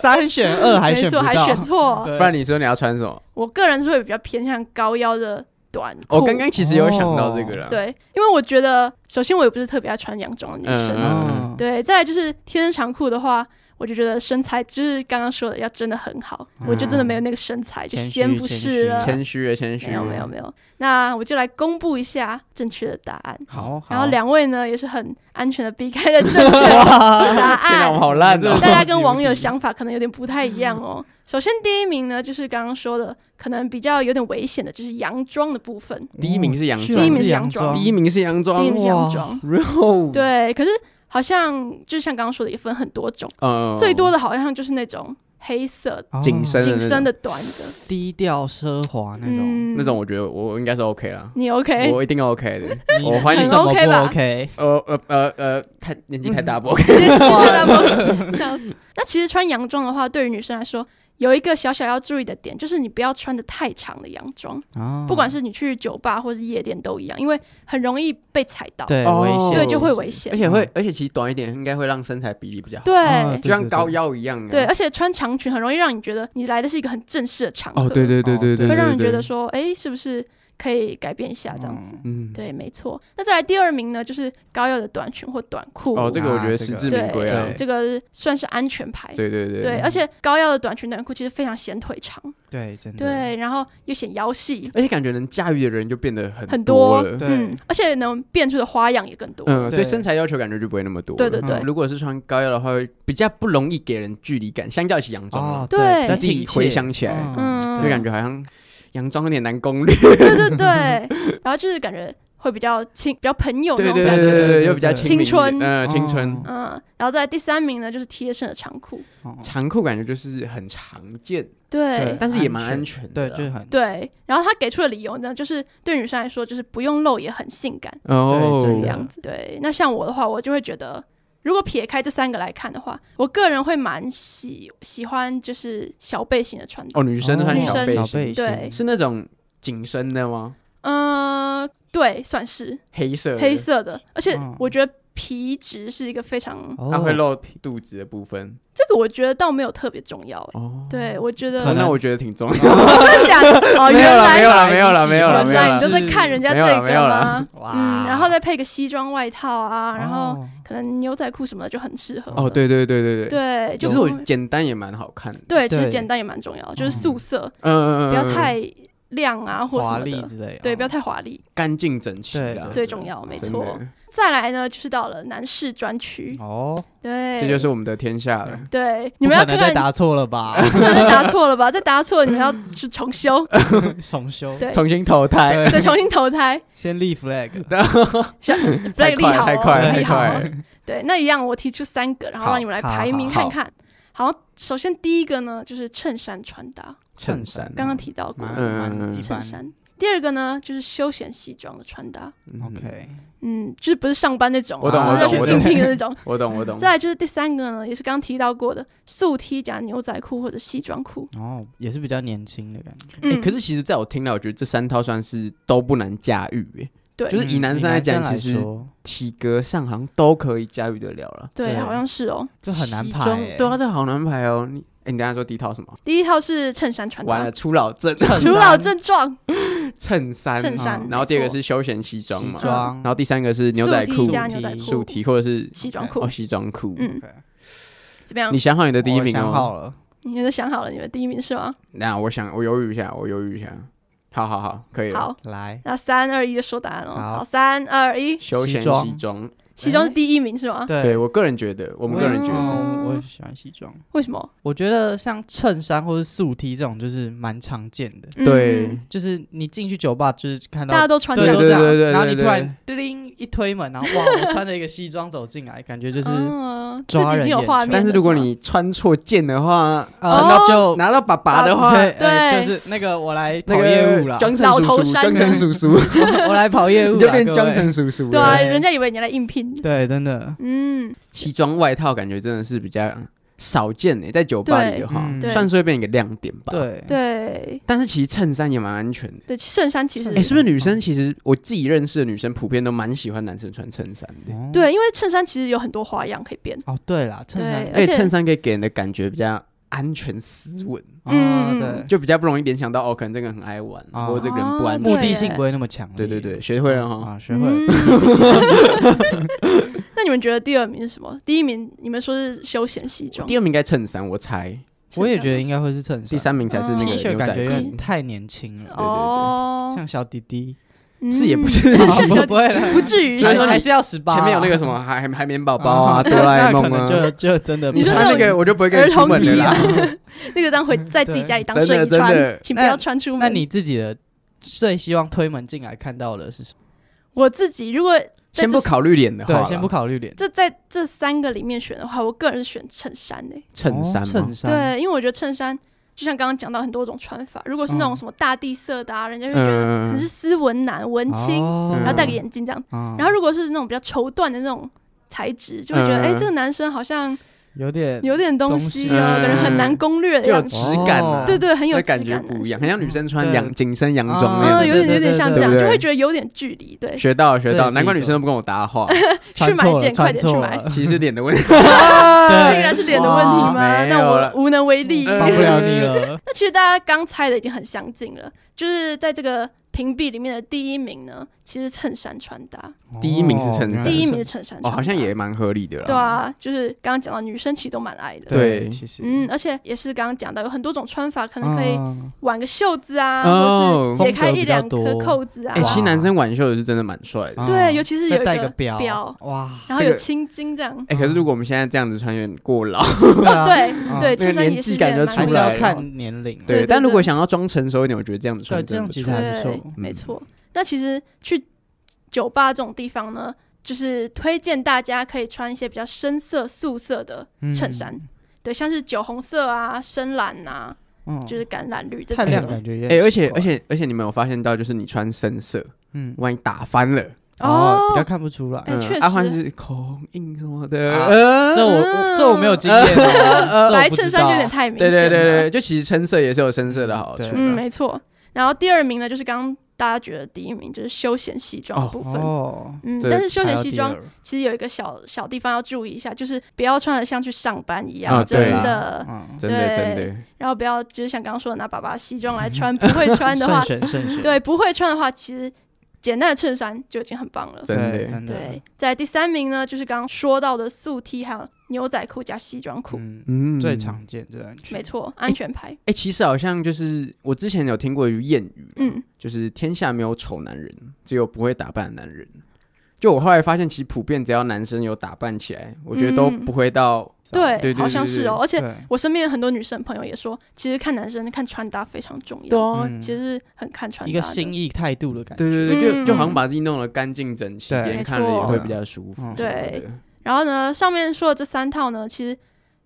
Speaker 2: 三选二还
Speaker 3: 没
Speaker 2: 选不
Speaker 3: 错，
Speaker 2: 到，
Speaker 3: 还选错。
Speaker 2: 对
Speaker 1: 不然你说你要穿什么？
Speaker 3: 我个人是会比较偏向高腰的短裤。
Speaker 1: 我哦刚刚其实有想到这个
Speaker 2: 啊
Speaker 1: 了，
Speaker 3: 哦对，因为我觉得，首先我也不是特别爱穿洋装的女
Speaker 1: 嗯
Speaker 3: 生，
Speaker 2: 嗯
Speaker 3: 对，再来就是贴身长裤的话，我就觉得身材就是刚刚说的要真的很好，我就真的没有那个身材，就
Speaker 2: 嗯谦虚
Speaker 3: 先不
Speaker 2: 谦
Speaker 3: 是
Speaker 2: 虚
Speaker 3: 了。
Speaker 1: 谦虚了，谦虚啊
Speaker 3: 没有
Speaker 1: 了。
Speaker 3: 没有没有，那我就来公布一下正确的答案。
Speaker 2: 好，好
Speaker 3: 然后两位呢也是很安全的避开了正确的答
Speaker 1: 天哪，我
Speaker 3: 案
Speaker 1: 们。好烂哦！
Speaker 3: 大家跟网友想法可能有点不太一样
Speaker 1: 嗯
Speaker 3: 哦。首先第一名呢，就是刚刚说的，可能比较有点危险的，就是洋装的部分。
Speaker 1: 第一名是洋
Speaker 2: 居
Speaker 1: 装，
Speaker 2: 然
Speaker 3: 第一名
Speaker 2: 是
Speaker 3: 是
Speaker 2: 洋
Speaker 3: 洋装
Speaker 1: 第一名是洋
Speaker 3: 第一
Speaker 1: 装，
Speaker 3: 名是洋
Speaker 2: 哇
Speaker 3: 装，
Speaker 1: 然后
Speaker 3: 对。可是好像就像刚刚说的，也分很多种，
Speaker 1: 嗯，
Speaker 3: 最多的好像就是那种黑色
Speaker 2: 哦
Speaker 1: 紧身
Speaker 3: 紧身
Speaker 1: 的
Speaker 3: 的短的
Speaker 2: 嗯低调奢华那种，
Speaker 3: 嗯
Speaker 1: 那种那种，我觉得我应该是 OK 啦，
Speaker 3: 你 OK？
Speaker 1: 我一定 OK 的。
Speaker 2: 你
Speaker 1: 我欢迎
Speaker 2: 你什么
Speaker 3: 很 OK
Speaker 2: 不
Speaker 3: 吧
Speaker 2: OK？
Speaker 1: 呃呃呃呃，太年纪太
Speaker 3: 嗯
Speaker 1: 大不 OK。
Speaker 3: 今天 大波笑死。那其实穿洋装的话，对于女生来说，有一个小小要注意的点，就是你不要穿的太长的洋装，
Speaker 2: 啊
Speaker 3: 不管是你去酒吧或是夜店都一样，因为很容易被踩到，
Speaker 2: 对
Speaker 1: 哦
Speaker 2: 危险，
Speaker 3: 对就会危险
Speaker 1: 而。且会，而且其实短一点应该会让身材比例比较好，
Speaker 3: 对、
Speaker 2: 啊
Speaker 1: 就像高腰一样啊。
Speaker 3: 对，而且穿长裙很容易让你觉得你来的是一个很正式的场合，
Speaker 1: 哦，对对对对对，
Speaker 3: 会让人
Speaker 1: 对
Speaker 3: 觉得，说，哎、是不是可以改变一下这样子？
Speaker 1: 嗯，
Speaker 3: 对，没错。那再来第二名呢，就是高腰的短裙或短裤，
Speaker 1: 哦，这个我觉得
Speaker 2: 啊
Speaker 1: 实
Speaker 2: 这个
Speaker 1: 至名归啊
Speaker 2: 对。
Speaker 3: 这个算是安全牌。
Speaker 1: 对对对
Speaker 3: 对，而且高腰的短裙、短裤其实非常显腿长，
Speaker 2: 对，
Speaker 1: 嗯
Speaker 2: 真的
Speaker 3: 对，然后又显腰细，
Speaker 1: 而且感觉能驾驭的人就变得很
Speaker 3: 很
Speaker 1: 多
Speaker 3: 多
Speaker 1: 了。
Speaker 2: 对
Speaker 3: 嗯，而且能变出的花样也更多。
Speaker 1: 嗯，对
Speaker 2: 对
Speaker 1: 身材要求感觉就不会那么多了。
Speaker 3: 对对对
Speaker 1: 嗯如果是穿高腰的话，会比较不容易给人距离感，相较起洋装
Speaker 2: 哦
Speaker 1: 啊，，
Speaker 3: 对
Speaker 1: 但自己回想起来
Speaker 3: 嗯
Speaker 1: 就 感
Speaker 3: 觉
Speaker 1: 觉好像洋装有点难攻略。
Speaker 3: 对对对， 然后就是感觉会比较亲，比较朋友那
Speaker 1: 对
Speaker 3: 种
Speaker 1: 对
Speaker 3: 感
Speaker 1: 对
Speaker 3: 觉。
Speaker 1: 对
Speaker 2: 对
Speaker 1: 对，
Speaker 2: 对
Speaker 1: 又比较亲民一点
Speaker 3: 青春
Speaker 1: 嗯，青春。
Speaker 2: 哦
Speaker 3: 嗯，然后再来第三名呢，就是贴身的长裤。
Speaker 1: 长裤感觉就是很常见，
Speaker 3: 对
Speaker 2: 对
Speaker 1: 但是也蛮
Speaker 2: 安
Speaker 1: 安全的
Speaker 2: 对，
Speaker 1: 啦。
Speaker 2: 就是很
Speaker 3: 对，然后他给出的理由呢，就是对女生来说，就是不用露也很性感。
Speaker 1: 哦，
Speaker 2: 对
Speaker 3: 这
Speaker 2: 真的
Speaker 3: 样子。对，那像我的话，我就会觉得，如果撇开这三个来看的话，我个人会蛮喜喜欢就是小背心的穿搭。
Speaker 1: 哦，女生穿
Speaker 3: 女
Speaker 1: 小
Speaker 3: 生
Speaker 1: 背
Speaker 2: 小
Speaker 1: 心，
Speaker 3: 对
Speaker 1: 是那种紧身的吗？
Speaker 3: 嗯、对，算是
Speaker 1: 黑色的，
Speaker 3: 黑色的，而且
Speaker 2: 嗯
Speaker 3: 我觉得皮质是一个非常，
Speaker 1: 它会
Speaker 2: 露，
Speaker 1: 露肚子的部分。
Speaker 3: 这个我觉得倒没有特别重要、欸。
Speaker 1: 哦，
Speaker 3: 对，我觉
Speaker 1: 可
Speaker 3: 得
Speaker 2: 能
Speaker 1: 那我觉得挺重要。
Speaker 3: 真 的假的？哦，
Speaker 1: 没有
Speaker 3: 原
Speaker 1: 啦，
Speaker 3: 来
Speaker 1: 没有啦，没有啦，没有啦，
Speaker 3: 原
Speaker 1: 没有
Speaker 3: 来
Speaker 1: 啦
Speaker 3: 你。都在看人家
Speaker 1: 没
Speaker 3: 这
Speaker 1: 有啦没有
Speaker 3: 个吗
Speaker 1: 啦？
Speaker 2: 哇
Speaker 3: 嗯，然后再配个西装外套啊，然后
Speaker 2: 哦
Speaker 3: 可能牛仔裤什么的就很适合。
Speaker 1: 哦，对对对对，
Speaker 3: 对，
Speaker 1: 其
Speaker 3: 就
Speaker 1: 实
Speaker 3: 不
Speaker 1: 我
Speaker 3: 会
Speaker 1: 简单也蛮好看的。
Speaker 3: 对，其实
Speaker 2: 对
Speaker 3: 简单也蛮重要的，就是素色，
Speaker 1: 嗯，嗯嗯嗯
Speaker 3: 不要太亮啊或什
Speaker 2: 华
Speaker 3: 么
Speaker 2: 丽
Speaker 3: 的，
Speaker 2: 之类，
Speaker 3: 对，
Speaker 2: 哦
Speaker 3: 不要太华丽，
Speaker 1: 干净整齐
Speaker 2: 对
Speaker 1: 啦。
Speaker 3: 最重要，没
Speaker 1: 真
Speaker 3: 错
Speaker 1: 的。
Speaker 3: 再来呢，就是到了男士专
Speaker 1: 嗯
Speaker 3: 区，
Speaker 2: 哦，
Speaker 3: 对，
Speaker 1: 这就是我们的天下了。
Speaker 3: 对，你
Speaker 2: 你
Speaker 3: 们要
Speaker 2: 可
Speaker 3: 看
Speaker 2: 能
Speaker 3: 看，
Speaker 2: 再答错了吧？
Speaker 3: 可能答错了吧？再答错，你们要去 重修，
Speaker 2: 重修，
Speaker 3: 对
Speaker 1: 重新投胎，
Speaker 2: 对
Speaker 3: 对，重新投胎
Speaker 2: 先立 flag，
Speaker 3: 嗯像
Speaker 1: 太
Speaker 3: ，flag 立
Speaker 1: 快
Speaker 3: 好
Speaker 1: 太
Speaker 3: 哦，
Speaker 1: 快了
Speaker 2: 对
Speaker 1: 太
Speaker 3: 立好
Speaker 1: 快
Speaker 3: 哦
Speaker 1: 了。，
Speaker 3: 对，那一样，我提出三个，然后
Speaker 1: 好
Speaker 3: 让你们来
Speaker 2: 好
Speaker 3: 排名
Speaker 2: 好
Speaker 3: 看看。好，首先第一个呢，就是衬衫穿搭，
Speaker 1: 衬衫
Speaker 3: 刚刚提到过
Speaker 2: 蛮
Speaker 1: 嗯
Speaker 2: 蛮一般
Speaker 3: 衬衫。第二个呢，就是休闲西装的穿搭，
Speaker 1: 嗯
Speaker 2: ，OK，
Speaker 3: 嗯，就是不是上班那种啊，
Speaker 1: 我懂
Speaker 2: 我
Speaker 3: 或者
Speaker 2: 懂我
Speaker 3: 去
Speaker 2: 懂
Speaker 3: 应聘的那种。
Speaker 1: 我 懂我懂，
Speaker 3: 再来就是第三个呢，也是刚刚提到过的素 T 加牛仔裤或者西装裤。
Speaker 2: 哦，也是比较年轻的感觉，
Speaker 1: 欸
Speaker 3: 嗯，
Speaker 1: 可是其实在我听来，我觉得这三套算是都不难驾驭、欸，
Speaker 3: 对
Speaker 1: 就是
Speaker 2: 嗯
Speaker 1: 以男生来讲，其实
Speaker 2: 说
Speaker 1: 体格上好像都可以驾驭得了了。
Speaker 3: 对，
Speaker 2: 对
Speaker 3: 好像是哦。
Speaker 2: 就很难
Speaker 1: 西
Speaker 2: 排
Speaker 1: 装
Speaker 2: 欸，
Speaker 1: 对啊，这好难排哦。你，哎、你刚才说第一套什么？
Speaker 3: 第一套是衬衫穿
Speaker 1: 完
Speaker 3: 搭
Speaker 1: 了，，初老症，
Speaker 3: 除啊 老症状，
Speaker 1: 衬衫，
Speaker 3: 衬衫
Speaker 1: 然后第二个
Speaker 3: 没错
Speaker 1: 是休闲西装嘛
Speaker 2: 西，装
Speaker 1: 然后第三个是牛仔
Speaker 3: 素
Speaker 1: 裤
Speaker 3: T、加牛仔
Speaker 2: 素 T
Speaker 1: 竖
Speaker 3: 裤、
Speaker 1: 体或者是
Speaker 3: 西装
Speaker 1: 哦
Speaker 3: 裤。
Speaker 1: 西装裤。
Speaker 3: 嗯，
Speaker 2: OK
Speaker 3: 怎么样
Speaker 1: 你？想好你的第一名哦
Speaker 2: 我
Speaker 1: 了
Speaker 2: 想
Speaker 1: 吗？
Speaker 2: 好了，
Speaker 3: 你们都想好了你们第一名是吗？
Speaker 1: 那我想，我犹豫一下，我犹豫一下。好好好，可以了。
Speaker 3: 好，
Speaker 2: 来，
Speaker 3: 那三二一就说答案哦。
Speaker 2: 好
Speaker 3: 好，三二一，
Speaker 1: 休闲
Speaker 2: 西装
Speaker 1: 西装，
Speaker 3: 其中是第一名是吗？
Speaker 1: 对
Speaker 2: 对，
Speaker 1: 我个人觉得，我们个人觉得，
Speaker 2: 嗯我也喜欢西装。
Speaker 3: 为什么？
Speaker 2: 我觉得像衬衫或是素 T 这种，就是蛮常见的。
Speaker 3: 嗯
Speaker 1: 对，
Speaker 2: 就是你进去酒吧，就是看到
Speaker 3: 大家都穿这
Speaker 2: 对
Speaker 3: 样
Speaker 1: 对
Speaker 2: 都
Speaker 1: 对
Speaker 3: 子
Speaker 2: 是啊
Speaker 3: 啊。
Speaker 1: 对对
Speaker 2: 然后你
Speaker 1: 对
Speaker 2: 突然叮一推门，然后哇，我穿着一个西装走进来，感觉就是
Speaker 3: 嗯自
Speaker 2: 抓
Speaker 3: 己已
Speaker 2: 人
Speaker 3: 经有
Speaker 2: 眼
Speaker 3: 画
Speaker 2: 球
Speaker 3: 面了。
Speaker 1: 但是如果
Speaker 3: 吗
Speaker 1: 你穿错件的话，
Speaker 3: 哦
Speaker 2: 穿到啊就
Speaker 1: 拿到爸爸的话，
Speaker 2: 哦对呃
Speaker 3: 啊对
Speaker 2: 就是那个我来跑
Speaker 1: 那个
Speaker 2: 业务啦，
Speaker 1: 江
Speaker 3: 老
Speaker 1: 城叔
Speaker 3: 头
Speaker 1: 叔，
Speaker 3: 山
Speaker 1: 江城叔叔，
Speaker 2: 我来跑业务啦，
Speaker 1: 你 就变
Speaker 2: 各位
Speaker 1: 江城叔叔
Speaker 3: 对啊，
Speaker 1: 了。
Speaker 2: 对
Speaker 3: 人家以为你来应聘的。
Speaker 2: 对，真的
Speaker 3: 嗯，
Speaker 1: 西装外套感觉真的是比较少见诶，在酒吧里的话
Speaker 2: 对嗯，
Speaker 3: 对
Speaker 1: 算是会变一个亮点吧。，
Speaker 2: 对，
Speaker 3: 对
Speaker 1: 但是其实衬衫也蛮安全的。
Speaker 3: 对，衬衫其实
Speaker 1: 哎，是不是女生其实我自己认识的女生普遍都蛮喜欢男生穿衬衫的，
Speaker 2: 哦
Speaker 3: 对，因为衬衫其实有很多花样可以变。
Speaker 2: 哦对啦，衬衫
Speaker 3: 对
Speaker 1: 而
Speaker 3: 而且
Speaker 1: 哎且衬衫可以给人的感觉比较安全斯文，
Speaker 2: 啊
Speaker 3: 嗯
Speaker 2: 对，
Speaker 1: 就比较不容易联想到哦，可能这个人很爱玩，
Speaker 2: 哦
Speaker 1: 或者这个人不安
Speaker 3: 对
Speaker 2: 目
Speaker 1: 全。
Speaker 2: 的性不会那么强烈，
Speaker 1: 对对对，学会了哈。
Speaker 2: 啊，学会了。
Speaker 3: 嗯 那你们觉得第二名是什么？第一名你们说是休闲西装，
Speaker 1: 第二名应该衬衫，我猜。
Speaker 3: 哦
Speaker 2: 我也觉得应该会是衬衫，
Speaker 1: 第三名才是那
Speaker 3: 嗯
Speaker 1: 个牛
Speaker 2: T 恤感觉有
Speaker 1: 仔裤
Speaker 2: 点，太年轻了，
Speaker 3: 哦，
Speaker 2: 像小弟弟，
Speaker 1: 是也不
Speaker 3: 嗯
Speaker 1: 是
Speaker 2: 啊
Speaker 3: 像 小
Speaker 2: 不不会了，
Speaker 3: 不至于
Speaker 1: 所以说
Speaker 3: 是吧
Speaker 1: 你
Speaker 2: 还是要十八， 啊
Speaker 1: 前面有那个什么海海绵宝宝 啊、哆啦 A 梦
Speaker 2: 那可能
Speaker 1: 啊，
Speaker 2: 就就真的不
Speaker 1: 你
Speaker 2: 太
Speaker 1: 穿那个我就不会跟
Speaker 3: 儿
Speaker 1: 你出
Speaker 3: 童
Speaker 1: 门
Speaker 3: 皮
Speaker 1: 了
Speaker 3: 啊
Speaker 1: 啦。，
Speaker 3: 那个当回在自己家里当
Speaker 1: 真的
Speaker 3: 睡衣
Speaker 1: 真的
Speaker 3: 穿，请不
Speaker 2: 嗯那
Speaker 3: 要穿出门。
Speaker 2: 那你自己的最希望推门进来看到的是什么？
Speaker 3: 我自己如果
Speaker 1: 先不考虑脸的话啦，
Speaker 2: 对，先不考虑脸，
Speaker 3: 就在这三个里面选的话，我个人是选衬衫诶、
Speaker 1: 衬衫啊
Speaker 2: 哦
Speaker 1: 嘛，
Speaker 2: 衬衫，
Speaker 3: 对，因为我觉得衬衫就像刚刚讲到很多种穿法，如果是那种
Speaker 2: 嗯
Speaker 3: 什么大地色的啊，人家就觉得可
Speaker 1: 嗯
Speaker 3: 能是斯文男、文青，
Speaker 2: 哦
Speaker 3: 然后戴个眼镜这样。
Speaker 1: 哦
Speaker 2: 嗯
Speaker 3: 然后如果是那种比较绸缎的那种材质，就会觉得
Speaker 1: 嗯
Speaker 3: 哎、这个男生好像
Speaker 2: 有点
Speaker 3: 有点东
Speaker 2: 东
Speaker 3: 西
Speaker 2: 西
Speaker 3: 哦，可能很难
Speaker 1: 嗯
Speaker 3: 攻略的
Speaker 1: 就有
Speaker 3: 样子。
Speaker 1: 质感啊，
Speaker 2: 哦
Speaker 3: 对对，很有
Speaker 1: 那
Speaker 3: 质
Speaker 1: 感
Speaker 3: 感
Speaker 1: 觉
Speaker 3: 的
Speaker 1: 不一样，
Speaker 3: 是
Speaker 1: 很像女生穿
Speaker 2: 对
Speaker 1: 洋紧身洋装
Speaker 2: 啊
Speaker 1: 那
Speaker 3: 嗯，
Speaker 1: 样
Speaker 3: 有
Speaker 1: 的。
Speaker 3: 点有点像这
Speaker 1: 对
Speaker 3: 样，
Speaker 1: 对
Speaker 3: 就
Speaker 1: 对
Speaker 3: 会觉得有点距离。对，
Speaker 1: 学到了学
Speaker 2: 这
Speaker 1: 到
Speaker 2: 也
Speaker 1: 了，
Speaker 2: 是
Speaker 1: 难怪
Speaker 2: 一
Speaker 1: 女
Speaker 2: 个
Speaker 1: 生都不跟我搭 话，
Speaker 3: 去
Speaker 2: 穿
Speaker 3: 买
Speaker 2: 错
Speaker 3: 一
Speaker 2: 了
Speaker 3: 件，快
Speaker 2: 穿
Speaker 3: 点去
Speaker 2: 错
Speaker 3: 买
Speaker 2: 了，
Speaker 1: 其实是脸的问题。
Speaker 3: 这
Speaker 2: 对
Speaker 3: 啊竟然是脸的问题吗？
Speaker 1: 哇
Speaker 3: 那
Speaker 1: 没有
Speaker 3: 我
Speaker 1: 了
Speaker 3: 无能为力。
Speaker 1: 嗯
Speaker 2: 帮不了你了。
Speaker 3: 那其实大家刚猜的已经很相近了，就是在这个评比里面的第一名呢，其实衬衫穿搭，
Speaker 1: 第一名是衬衫
Speaker 3: 第一名是衬衫
Speaker 1: 哦，
Speaker 3: 穿搭，
Speaker 1: 好像也蛮合理的啦。
Speaker 3: 对啊，就是刚刚讲到女生其实都蛮爱的，
Speaker 1: 对
Speaker 2: 其实
Speaker 3: 嗯，而且也是刚刚讲到有很多种穿法，可能可以
Speaker 2: 嗯
Speaker 3: 挽个袖子啊，
Speaker 1: 哦
Speaker 3: 或是解开一两
Speaker 2: 风格
Speaker 3: 颗
Speaker 2: 比较多
Speaker 3: 扣子啊
Speaker 1: 哎、，
Speaker 2: 哇
Speaker 1: 其实男生挽袖也是真的蛮帅的。
Speaker 2: 嗯
Speaker 3: 对，尤其是有
Speaker 2: 再
Speaker 3: 一
Speaker 2: 戴个
Speaker 3: 个表，
Speaker 2: 哇，
Speaker 3: 然后
Speaker 1: 这
Speaker 3: 有
Speaker 1: 个
Speaker 3: 青筋这样，
Speaker 1: 哎、可是如果我们现在这样子穿，有点过劳。
Speaker 2: 哦
Speaker 3: 对嗯
Speaker 2: 嗯
Speaker 3: 对，
Speaker 1: 那个
Speaker 3: 衬衫
Speaker 1: 年
Speaker 3: 也是
Speaker 1: 纪感就
Speaker 3: 蛮
Speaker 1: 出
Speaker 2: 还是
Speaker 1: 来
Speaker 2: 要
Speaker 1: 了
Speaker 2: 看年龄啊，
Speaker 3: 对对
Speaker 1: 但如
Speaker 3: 对
Speaker 1: 果想要装成熟一点，我觉得这样子穿
Speaker 2: 对
Speaker 1: 真
Speaker 2: 这
Speaker 1: 的
Speaker 2: 样
Speaker 1: 不
Speaker 2: 其
Speaker 1: 错
Speaker 2: 实。还不
Speaker 3: 对
Speaker 2: 错，
Speaker 3: 没
Speaker 1: 嗯
Speaker 3: 错。那其实去酒吧这种地方呢，就是推荐大家可以穿一些比较深色、素色的衬衫，对，像是酒红色啊、深蓝啊，
Speaker 2: 嗯，嗯
Speaker 3: 就是橄榄绿这
Speaker 2: 太
Speaker 3: 种
Speaker 2: 亮
Speaker 3: 的。
Speaker 2: 感觉有
Speaker 1: 哎、
Speaker 2: 点
Speaker 1: 而且
Speaker 2: 奇怪
Speaker 1: 而且而且，你们有发现到，就是你穿深色，
Speaker 2: 嗯，
Speaker 1: 万一打翻了，
Speaker 2: 哦，比较
Speaker 3: 哦，
Speaker 2: 看不出来
Speaker 3: 哎。确
Speaker 1: 阿欢
Speaker 3: 实
Speaker 1: 是孔印什么的，
Speaker 2: 啊
Speaker 1: 呃
Speaker 2: 这我
Speaker 3: 嗯
Speaker 2: 我这我没有经 验哦，这我不
Speaker 3: 白
Speaker 2: 知
Speaker 3: 衬衫有点
Speaker 2: 道
Speaker 3: 太明显
Speaker 1: 对对
Speaker 3: 了。
Speaker 1: 对对，就其实深色也是有深色的好处
Speaker 2: 啊
Speaker 1: 啊
Speaker 2: 对
Speaker 1: 的。
Speaker 3: 嗯，没错。然后第二名呢，就是刚刚大家觉得第一名就是休闲西装的部分。
Speaker 2: 哦，
Speaker 3: 嗯，
Speaker 1: 这
Speaker 3: 但是休
Speaker 2: 还
Speaker 3: 闲
Speaker 2: 有
Speaker 3: 西
Speaker 2: 第
Speaker 3: 装
Speaker 2: 二
Speaker 3: 其实有一个小小地方要注意一下，就是不要穿的像去上班一样，
Speaker 1: 啊
Speaker 3: 真
Speaker 1: 对啦
Speaker 3: 的。
Speaker 2: 嗯，
Speaker 1: 真的真
Speaker 3: 对
Speaker 1: 的，
Speaker 3: 然后不要就是像刚刚说的拿爸爸西装来穿，不会穿 的话
Speaker 2: 慎， 选慎选，
Speaker 3: 对，不会穿的话，其实简单的衬衫就已经很棒了。
Speaker 1: 真的
Speaker 2: 对真的，
Speaker 3: 对，在第三名呢，就是刚刚说到的素 T 还有牛仔裤加西装裤，
Speaker 2: 嗯，
Speaker 1: 嗯
Speaker 2: 最常见最安全，
Speaker 3: 没错，安全 牌。
Speaker 1: 哎、其实好像就是我之前有听过一句谚语，
Speaker 3: 嗯，
Speaker 1: 就是天下没有丑男人，只有不会打扮的男人。就我后来发现，其实普遍只要男生有打扮起来，我觉得都
Speaker 3: 嗯
Speaker 1: 不会到、
Speaker 3: 对，
Speaker 1: 对对
Speaker 3: 好像是哦。而且
Speaker 2: 对，
Speaker 3: 我身边很多女生朋友也说，其实看男生看穿搭非常重要，
Speaker 1: 啊，
Speaker 2: 嗯
Speaker 3: 哦其实是很看穿搭
Speaker 2: 一
Speaker 3: 的。
Speaker 2: 个心意态度的感觉，
Speaker 1: 对对对，
Speaker 3: 嗯
Speaker 1: 就就好像把自己弄得干净整齐，
Speaker 2: 对
Speaker 1: 别人看
Speaker 3: 没
Speaker 1: 了
Speaker 3: 错
Speaker 1: 也会比较舒服。
Speaker 2: 嗯
Speaker 3: 对，然后呢，上面说的这三套呢，其实。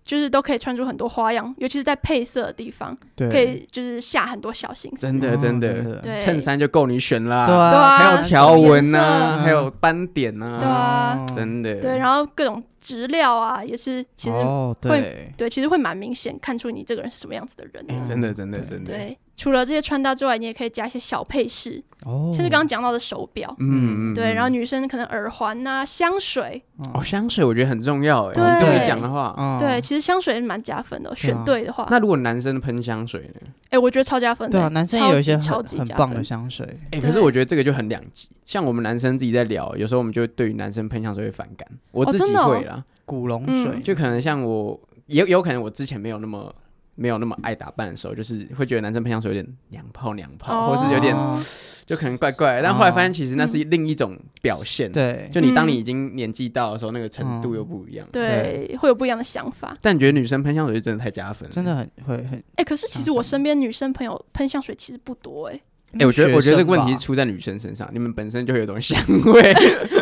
Speaker 3: 就是都可以穿出很多花样，尤其是在配色的地方，
Speaker 2: 对
Speaker 3: 可以就是下很多小心思。
Speaker 1: 真的
Speaker 2: 哦
Speaker 1: 真的，
Speaker 2: 的，
Speaker 3: 对，
Speaker 1: 衬衫就够你选啦，
Speaker 2: 对啊
Speaker 3: 对啊，
Speaker 1: 还有条纹
Speaker 3: 什么颜
Speaker 1: 呐、
Speaker 3: 色
Speaker 1: 还有斑点
Speaker 3: 对
Speaker 1: 呐、
Speaker 3: 啊
Speaker 2: 哦
Speaker 1: 真的。
Speaker 3: 对，然后各种质料啊，也是其实、
Speaker 2: 哦，
Speaker 3: 会
Speaker 2: 对，
Speaker 3: 对，其实会蛮明显看出你这个人是什么样子的人的。
Speaker 1: 哎真的真的真的，
Speaker 3: 对，除了这些穿搭之外，你也可以加一些小配饰，
Speaker 2: 哦，
Speaker 3: 像是刚刚讲到的手表，
Speaker 1: 嗯嗯，
Speaker 3: 对，
Speaker 1: 嗯
Speaker 3: 然后女生可能耳环呐、香水，
Speaker 1: 哦，香水我觉得很重要哎，
Speaker 3: 对
Speaker 1: 你这么一讲的话，
Speaker 2: 嗯
Speaker 3: 对，，其实香水也蛮加分
Speaker 2: 啊
Speaker 3: 的，选对的话，
Speaker 1: 那如果男生喷香水呢？
Speaker 3: 哎，我觉得超加分的。
Speaker 2: 对啊，男生
Speaker 3: 超
Speaker 2: 也有一
Speaker 3: 级
Speaker 2: 些
Speaker 3: 超
Speaker 2: 很
Speaker 3: 级
Speaker 2: 很
Speaker 3: 加
Speaker 2: 棒
Speaker 3: 分
Speaker 2: 的香水，
Speaker 1: 哎、
Speaker 3: 对
Speaker 1: 可是我觉得这个就很两极。像我们男生自己在聊，有时候我们就会对于男生喷香水会反感，我
Speaker 3: 哦
Speaker 1: 自
Speaker 3: 真
Speaker 1: 己
Speaker 3: 的哦
Speaker 1: 会啦，
Speaker 2: 古龙
Speaker 3: 嗯
Speaker 2: 水
Speaker 1: 就可能像我，也也有可能我之前没有那么没有那么爱打扮的时候，就是会觉得男生喷香水有点娘炮娘炮，或是有点
Speaker 3: 哦
Speaker 1: 就可能怪怪的。但后来发现其实那是另一种表现，，
Speaker 2: 对，
Speaker 1: 就你当
Speaker 3: 嗯
Speaker 1: 你已经年纪到的时候，那个程度又不一样。
Speaker 3: 对，会有不一样的想法。
Speaker 1: 但你觉得女生喷香水是真的太加分了，
Speaker 2: 真的。很会很，
Speaker 3: 哎，可是其实
Speaker 2: 香
Speaker 3: 我
Speaker 2: 水
Speaker 3: 身边女生朋友喷香水其实不多哎，
Speaker 1: 哎、我觉得我觉得这个问题
Speaker 2: 学生
Speaker 1: 出在女生身上，你们本身就会有种 香味，
Speaker 2: 吧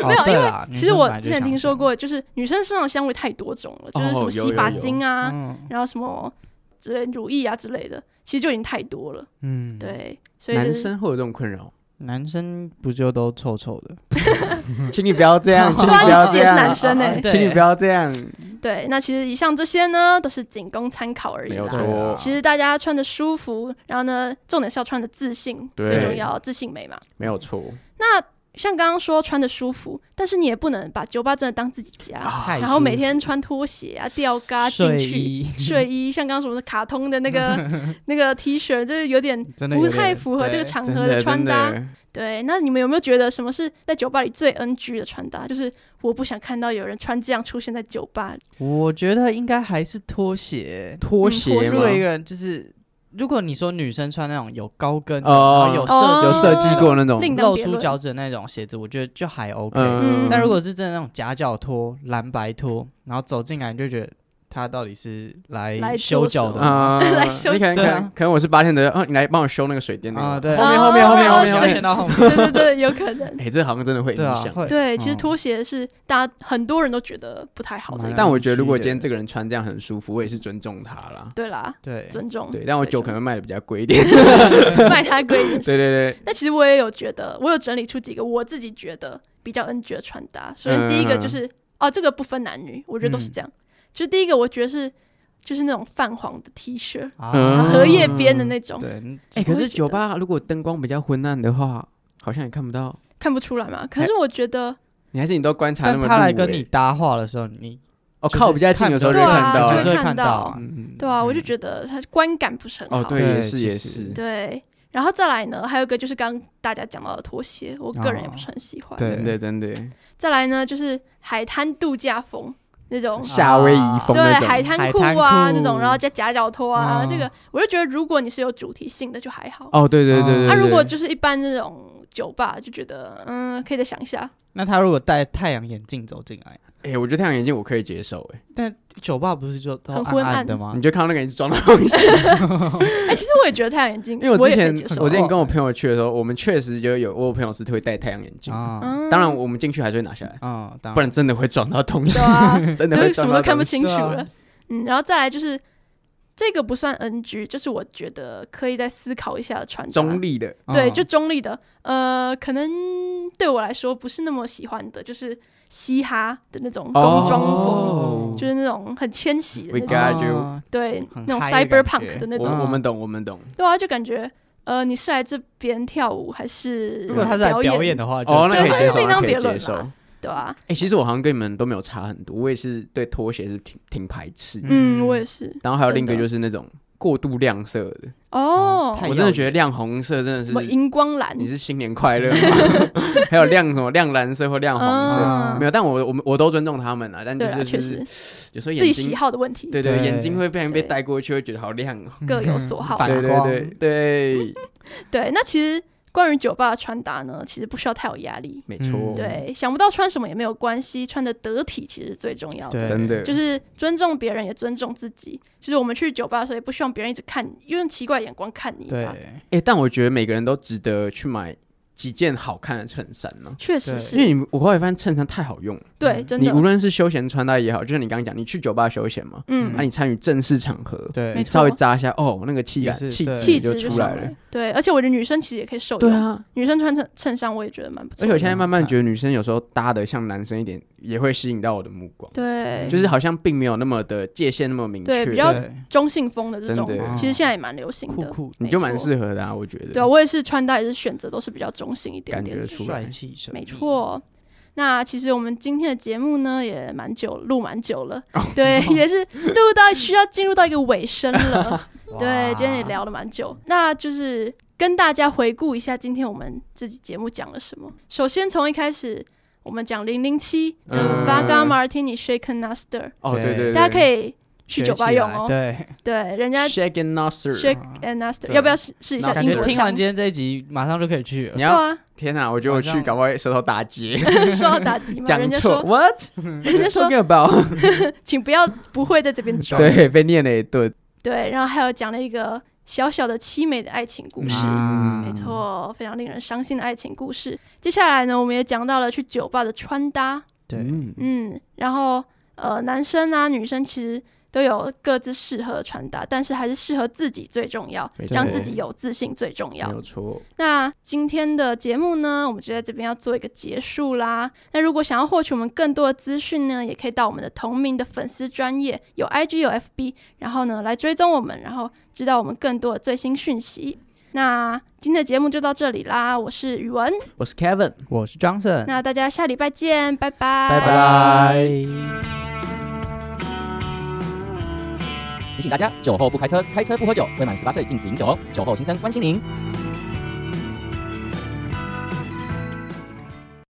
Speaker 3: 没有
Speaker 2: 哦对
Speaker 3: 因为
Speaker 2: 啦女
Speaker 3: 其实
Speaker 2: 生
Speaker 3: 我
Speaker 2: 本来
Speaker 3: 之
Speaker 2: 就
Speaker 3: 前
Speaker 2: 想
Speaker 3: 听说
Speaker 2: 象，
Speaker 3: 过，就是女生身上的香味太多种了，就是什么
Speaker 1: 哦有
Speaker 3: 洗发
Speaker 1: 有有
Speaker 3: 精啊，
Speaker 2: 嗯
Speaker 3: 然后什么之类乳液啊之类的，其实就已经太多了。
Speaker 2: 嗯，
Speaker 3: 对，所以就
Speaker 1: 男
Speaker 3: 是
Speaker 1: 生会有这种困扰。
Speaker 2: 男生不就都臭臭的？
Speaker 1: 请你不要这 样，请
Speaker 3: 对
Speaker 1: 你
Speaker 3: 啊
Speaker 1: 不要
Speaker 3: 你自己
Speaker 1: 这
Speaker 3: 也是
Speaker 1: 样，
Speaker 3: 男生欸
Speaker 2: 对
Speaker 1: 哎请你不要这样。
Speaker 3: 对。那其实以上这些呢，都是仅供参考而已
Speaker 1: 没有
Speaker 3: 啦。
Speaker 1: 错
Speaker 3: 其实大家穿的舒服，然后呢，重点是要穿的自信，
Speaker 1: 对
Speaker 3: 最重要，自信美嘛。
Speaker 1: 没有错
Speaker 3: 那像刚刚说穿的舒服，但是你也不能把酒吧真的当自己家，
Speaker 1: 啊
Speaker 2: 太
Speaker 3: 然后每
Speaker 2: 舒
Speaker 3: 天穿拖鞋啊、吊嘎
Speaker 2: 服
Speaker 3: 进
Speaker 2: 睡
Speaker 3: 去。
Speaker 2: 衣
Speaker 3: 睡衣像刚刚什么卡通的那个那个 T 恤，就是有点
Speaker 2: 真的
Speaker 3: 不
Speaker 2: 有
Speaker 3: 太
Speaker 2: 点
Speaker 3: 符合这个
Speaker 2: 对
Speaker 3: 场
Speaker 1: 真
Speaker 3: 合的
Speaker 1: 的
Speaker 3: 穿
Speaker 1: 真
Speaker 3: 搭。
Speaker 1: 的，
Speaker 3: 对，那你们有没有觉得什么是在酒吧里最 NG 的穿搭？就是我不想看到有人穿这样出现在酒吧里。
Speaker 2: 我觉得应该还是拖鞋。
Speaker 1: 拖
Speaker 3: 拖
Speaker 1: 鞋
Speaker 3: 嗯鞋
Speaker 2: 如
Speaker 1: 吗
Speaker 2: 果一个人就是，如果你说女生穿那种有高跟的，
Speaker 1: 哦
Speaker 2: 然后有
Speaker 3: 哦
Speaker 1: 有设计过那种，
Speaker 3: 另当
Speaker 2: 露
Speaker 3: 别
Speaker 2: 出
Speaker 3: 论
Speaker 2: 脚趾的那种鞋子，我觉得就还 OK。
Speaker 1: 嗯，
Speaker 3: 嗯
Speaker 2: 但如果是真的那种夹脚拖、蓝白拖，然后走进来你就觉得他到底是来
Speaker 3: 来
Speaker 2: 修
Speaker 3: 做
Speaker 2: 脚
Speaker 3: 什
Speaker 2: 的
Speaker 3: 么
Speaker 2: 吗
Speaker 1: 啊，
Speaker 3: 嗯 来修
Speaker 1: 你可能可
Speaker 2: 对啊
Speaker 1: 能可能我是八天的，啊，你来帮我修那个水电那个
Speaker 2: 啊，对，
Speaker 1: 后面后
Speaker 3: 哦
Speaker 1: 面后面后面后
Speaker 2: 先
Speaker 1: 面
Speaker 2: 选，到后面，
Speaker 3: 对对对，有可 能。
Speaker 1: 哎、这好像真的会影
Speaker 2: 对啊，
Speaker 1: 响。
Speaker 2: 会
Speaker 3: 对，其实
Speaker 2: 嗯
Speaker 3: 拖鞋是大家很多人都觉得不太好的一个，
Speaker 1: 但我觉得如果今天这个人穿这样很舒服，我也是尊重他啦。
Speaker 3: 对啦，
Speaker 2: 对
Speaker 3: 尊重。
Speaker 1: 对，但我酒可
Speaker 3: 能
Speaker 1: 能卖的比较贵一 点。
Speaker 3: 卖它贵一点。
Speaker 1: 对对对，
Speaker 3: 那其实我也有觉得，我有整理出几个我自己觉得比较 NG 的穿搭。首
Speaker 1: 嗯
Speaker 3: 先第一个就是，哦，这个不分男女，我觉得都是这样。就是第一个，我觉得是就是那种泛黄的 T 恤，
Speaker 2: 啊
Speaker 1: 嗯
Speaker 3: 荷叶边的那种，
Speaker 2: 对，嗯
Speaker 1: 哎、可
Speaker 3: 我
Speaker 1: 是
Speaker 3: 也觉
Speaker 1: 酒
Speaker 3: 得
Speaker 1: 吧如果灯光比较昏暗的话，好像也看不到。
Speaker 3: 看不出来
Speaker 1: 哎
Speaker 3: 嘛。可是我觉得，
Speaker 1: 你还是你都观察那
Speaker 2: 但
Speaker 1: 么
Speaker 2: 他来
Speaker 1: 入
Speaker 2: 跟
Speaker 1: 微
Speaker 2: 你搭话的时候，你
Speaker 1: 哦，
Speaker 2: 就是
Speaker 1: 靠比较近的时候就
Speaker 3: 对
Speaker 1: 会
Speaker 3: 啊
Speaker 1: 看到
Speaker 2: 就
Speaker 1: 了。
Speaker 2: 是会
Speaker 3: 看
Speaker 2: 看
Speaker 3: 到
Speaker 2: 到啊，
Speaker 1: 嗯，
Speaker 3: 对啊，我就觉得它观感不是很好。
Speaker 1: 哦，对，
Speaker 2: 对
Speaker 1: 也是
Speaker 2: 其
Speaker 1: 也
Speaker 2: 实
Speaker 1: 是，
Speaker 3: 对然后再来呢，还有一个就是刚刚大家讲到的拖鞋，我个人也不是很喜欢。
Speaker 2: 对
Speaker 1: 真的真的，
Speaker 3: 再来呢，就是海滩度假风那种，
Speaker 1: 夏威夷风
Speaker 3: 对
Speaker 1: 那
Speaker 3: 海
Speaker 1: 种。
Speaker 3: 滩
Speaker 2: 海
Speaker 3: 裤
Speaker 2: 滩
Speaker 3: 啊
Speaker 2: 裤
Speaker 3: 那种，然后加夹脚拖啊，
Speaker 2: 嗯
Speaker 3: 这个我就觉得如果你是有主题性的就还好。
Speaker 1: 哦，对对对对。
Speaker 3: 那、如果
Speaker 1: 对
Speaker 3: 就是一般那种酒吧，就觉得嗯，可以再想一下。
Speaker 2: 那他如果戴太阳眼镜走进来，
Speaker 1: 哎、我觉得太阳眼镜我可以接受、哎，
Speaker 2: 酒吧不是就都
Speaker 3: 很昏
Speaker 2: 暗
Speaker 3: 暗
Speaker 2: 的吗
Speaker 1: 你？就看到那个人是装东西。
Speaker 3: 哎、其实我也觉得太阳眼镜，
Speaker 1: 因为我之
Speaker 3: 也可
Speaker 1: 前
Speaker 3: 以接受。
Speaker 1: 我之前跟我朋友去的时候，我们确实就有我有朋友是会戴太阳眼镜，
Speaker 2: 啊
Speaker 3: 嗯
Speaker 1: 当然我们进去还是会拿下来，
Speaker 2: 啊，当
Speaker 1: 不然真的会撞到东西
Speaker 3: 对，啊，
Speaker 1: 真的
Speaker 3: 就
Speaker 1: 会
Speaker 3: 是什
Speaker 1: 撞
Speaker 3: 么
Speaker 1: 到
Speaker 3: 都看不
Speaker 1: 东西。
Speaker 3: 清楚
Speaker 2: 对啊
Speaker 3: 了。嗯，然后再来就是这个不算 NG，就是我觉得可以再思考一下穿搭。
Speaker 1: 中立的，
Speaker 3: 对，
Speaker 2: 嗯
Speaker 3: 就中立的。呃，可能对我来说不是那么喜欢的，就是嘻哈的那种工装风，
Speaker 1: 哦
Speaker 3: 就是那种很千禧的
Speaker 1: We
Speaker 3: 那
Speaker 1: got
Speaker 3: 种，
Speaker 1: 感觉
Speaker 2: 啊
Speaker 3: 对，
Speaker 2: 很
Speaker 3: 那种
Speaker 2: 嗨的感
Speaker 3: cyberpunk
Speaker 2: 觉
Speaker 3: 的那
Speaker 1: 我
Speaker 3: 种，
Speaker 1: 我们懂，我们懂。
Speaker 3: 对啊，就感觉呃，你是来这边跳舞还是
Speaker 2: 如果他是来表演
Speaker 3: 的，
Speaker 2: 的话，就
Speaker 1: 哦，那可以
Speaker 3: 对
Speaker 1: 接
Speaker 3: 那
Speaker 1: 受，
Speaker 3: 另
Speaker 1: 那
Speaker 3: 当
Speaker 1: 可以
Speaker 3: 别论
Speaker 1: 接受。
Speaker 3: 啦对啊，
Speaker 1: 哎，其实我好像跟你们都没有差很多，我也是对拖鞋是挺挺排斥的。
Speaker 3: 嗯，我也是，
Speaker 1: 然后还有另一个
Speaker 3: 真的
Speaker 1: 就是那种过度亮色的，
Speaker 3: 哦，
Speaker 2: 太
Speaker 1: 我真的
Speaker 2: 耀
Speaker 1: 觉得亮红色真的
Speaker 3: 什么
Speaker 1: 是，
Speaker 3: 荧光蓝，
Speaker 1: 你是新年快乐 吗？还有亮什么亮蓝色或亮红色，
Speaker 3: 嗯
Speaker 1: 没有，但我我们我都尊重他们啊，但
Speaker 3: 对啦，
Speaker 1: 就
Speaker 3: 确
Speaker 1: 是
Speaker 3: 实
Speaker 1: 有时候
Speaker 3: 自己
Speaker 1: 眼
Speaker 3: 喜
Speaker 1: 睛，
Speaker 3: 好的问题，
Speaker 1: 对对，
Speaker 2: 对
Speaker 1: 眼睛会被人被
Speaker 3: 对
Speaker 1: 带过去，会觉得好亮哦。
Speaker 3: 各有所好
Speaker 2: 嗯反
Speaker 3: 啦。
Speaker 1: 对对
Speaker 2: 光
Speaker 1: 对对，
Speaker 3: 对，那其实关于酒吧的穿搭呢，其实不需要太有压力。
Speaker 1: 没错，
Speaker 2: 嗯，
Speaker 3: 对，想不到穿什么也没有关系，穿的得体其实是最重要的。
Speaker 2: 对
Speaker 1: 真的
Speaker 3: 就是尊重别人，也尊重自己。就是我们去酒吧的时候，也不希望别人一直看你，用奇怪的眼光看你吧。
Speaker 2: 对
Speaker 1: 哎、但我觉得每个人都值得去买几件好看的衬衫呢、
Speaker 3: 确实
Speaker 2: 对
Speaker 1: 因
Speaker 3: 是，
Speaker 1: 为你我后来发现衬衫太好用了，
Speaker 3: 对，真
Speaker 1: 嗯你
Speaker 3: 的
Speaker 1: 无，论是休闲穿搭也好，就像你刚刚讲，你去酒吧休闲嘛，啊
Speaker 3: 嗯
Speaker 1: 那、，你参与正式场合，
Speaker 3: 没
Speaker 2: 对
Speaker 3: 错
Speaker 1: 稍微扎一下，哦，那个气感
Speaker 2: 也是
Speaker 1: 气
Speaker 2: 对
Speaker 1: 质
Speaker 3: 气
Speaker 1: 就
Speaker 3: 质就
Speaker 1: 出
Speaker 3: 上
Speaker 1: 来
Speaker 3: 来
Speaker 1: 了
Speaker 3: 了。。对，而且我觉得女生其实也可以受用。
Speaker 1: 对，啊，
Speaker 3: 女生穿衬衬衫，我也觉得蛮不错
Speaker 1: 而
Speaker 3: 的。
Speaker 1: 且我现在慢慢觉得女生有时候搭的像男生一点，也会吸引到我的目光，
Speaker 3: 对，
Speaker 1: 就是好像并没有那么的界限那么明
Speaker 3: 对
Speaker 1: 确，
Speaker 3: 比较
Speaker 2: 对
Speaker 3: 中性风的这种
Speaker 1: 嗯真
Speaker 2: 的，
Speaker 3: 其实现在也蛮流行
Speaker 2: 酷
Speaker 3: 的。
Speaker 2: 酷
Speaker 1: 你就
Speaker 3: 没错
Speaker 1: 蛮适合的啊，我觉得。
Speaker 3: 对啊，我也是穿搭也是选择都是比较中性一点点的
Speaker 1: 感觉出来
Speaker 2: 帅气神秘，
Speaker 3: 没错。那其实我们今天的节目呢，也蛮久，录蛮久了，
Speaker 2: 哦
Speaker 3: 对，也是录到需要进入到一个尾声 了。
Speaker 2: 哇，
Speaker 3: 对，今天也聊了蛮久，那就是跟大家回顾一下今天我们这期节目讲了什么。首先从一开始，我们讲零零七跟
Speaker 1: 嗯
Speaker 3: Vaga Martini Shaken Master，、
Speaker 1: 哦，对对
Speaker 2: 对
Speaker 1: 对，
Speaker 3: 大家可以去
Speaker 2: 学
Speaker 3: 酒吧
Speaker 2: 起
Speaker 3: 用
Speaker 2: 来
Speaker 3: 哦。
Speaker 2: 对，啊
Speaker 3: 对，人家
Speaker 1: shake and n o s t
Speaker 3: Shake and Master 要不要试试一下
Speaker 1: 那
Speaker 2: 感
Speaker 3: 英
Speaker 2: 觉
Speaker 3: 国
Speaker 2: 听完
Speaker 3: 腔？
Speaker 2: 今天这一集，马上就可以去了
Speaker 1: 你。
Speaker 3: 对
Speaker 1: 要
Speaker 3: 啊，
Speaker 1: 天哪！我觉得我
Speaker 2: 晚
Speaker 1: 去
Speaker 2: 上
Speaker 1: 搞不好会舌头打结，
Speaker 3: 受到打 击嘛，
Speaker 1: 讲
Speaker 3: 人家
Speaker 1: 错
Speaker 3: 说，
Speaker 1: what
Speaker 3: 人家说
Speaker 1: talking about？
Speaker 3: 请不要不会在这边 装。
Speaker 1: 对，被念了一顿。
Speaker 3: 对，然后还有讲了一个小小的凄美的爱情故事，
Speaker 1: 嗯
Speaker 2: 啊
Speaker 3: 没错，非常令人伤心的爱情故事。接下来呢，我们也讲到了去酒吧的穿搭，
Speaker 2: 对，
Speaker 1: 嗯
Speaker 3: 嗯，然后呃，男生啊、女生其实都有各自适合的穿搭，但是还是适合自己最重要
Speaker 1: 没，错
Speaker 3: 让自己有自信最重要
Speaker 1: 没。有错。
Speaker 3: 那今天的节目呢，我们就在这边要做一个结束啦。那如果想要获取我们更多的资讯呢，也可以到我们的同名的粉丝专业，有 IG 有 FB，然后呢来追踪我们，然后知道我们更多的最新讯息。那今天的节目就到这里啦，我是宇文，
Speaker 1: 我是 Kevin，
Speaker 2: 我是 Johnson，
Speaker 3: 那大家下礼拜见，拜拜，
Speaker 2: 拜拜。
Speaker 4: 提醒大家，酒后不开车，开车不喝酒。未满十八岁禁止饮酒哦。酒后心生观心灵。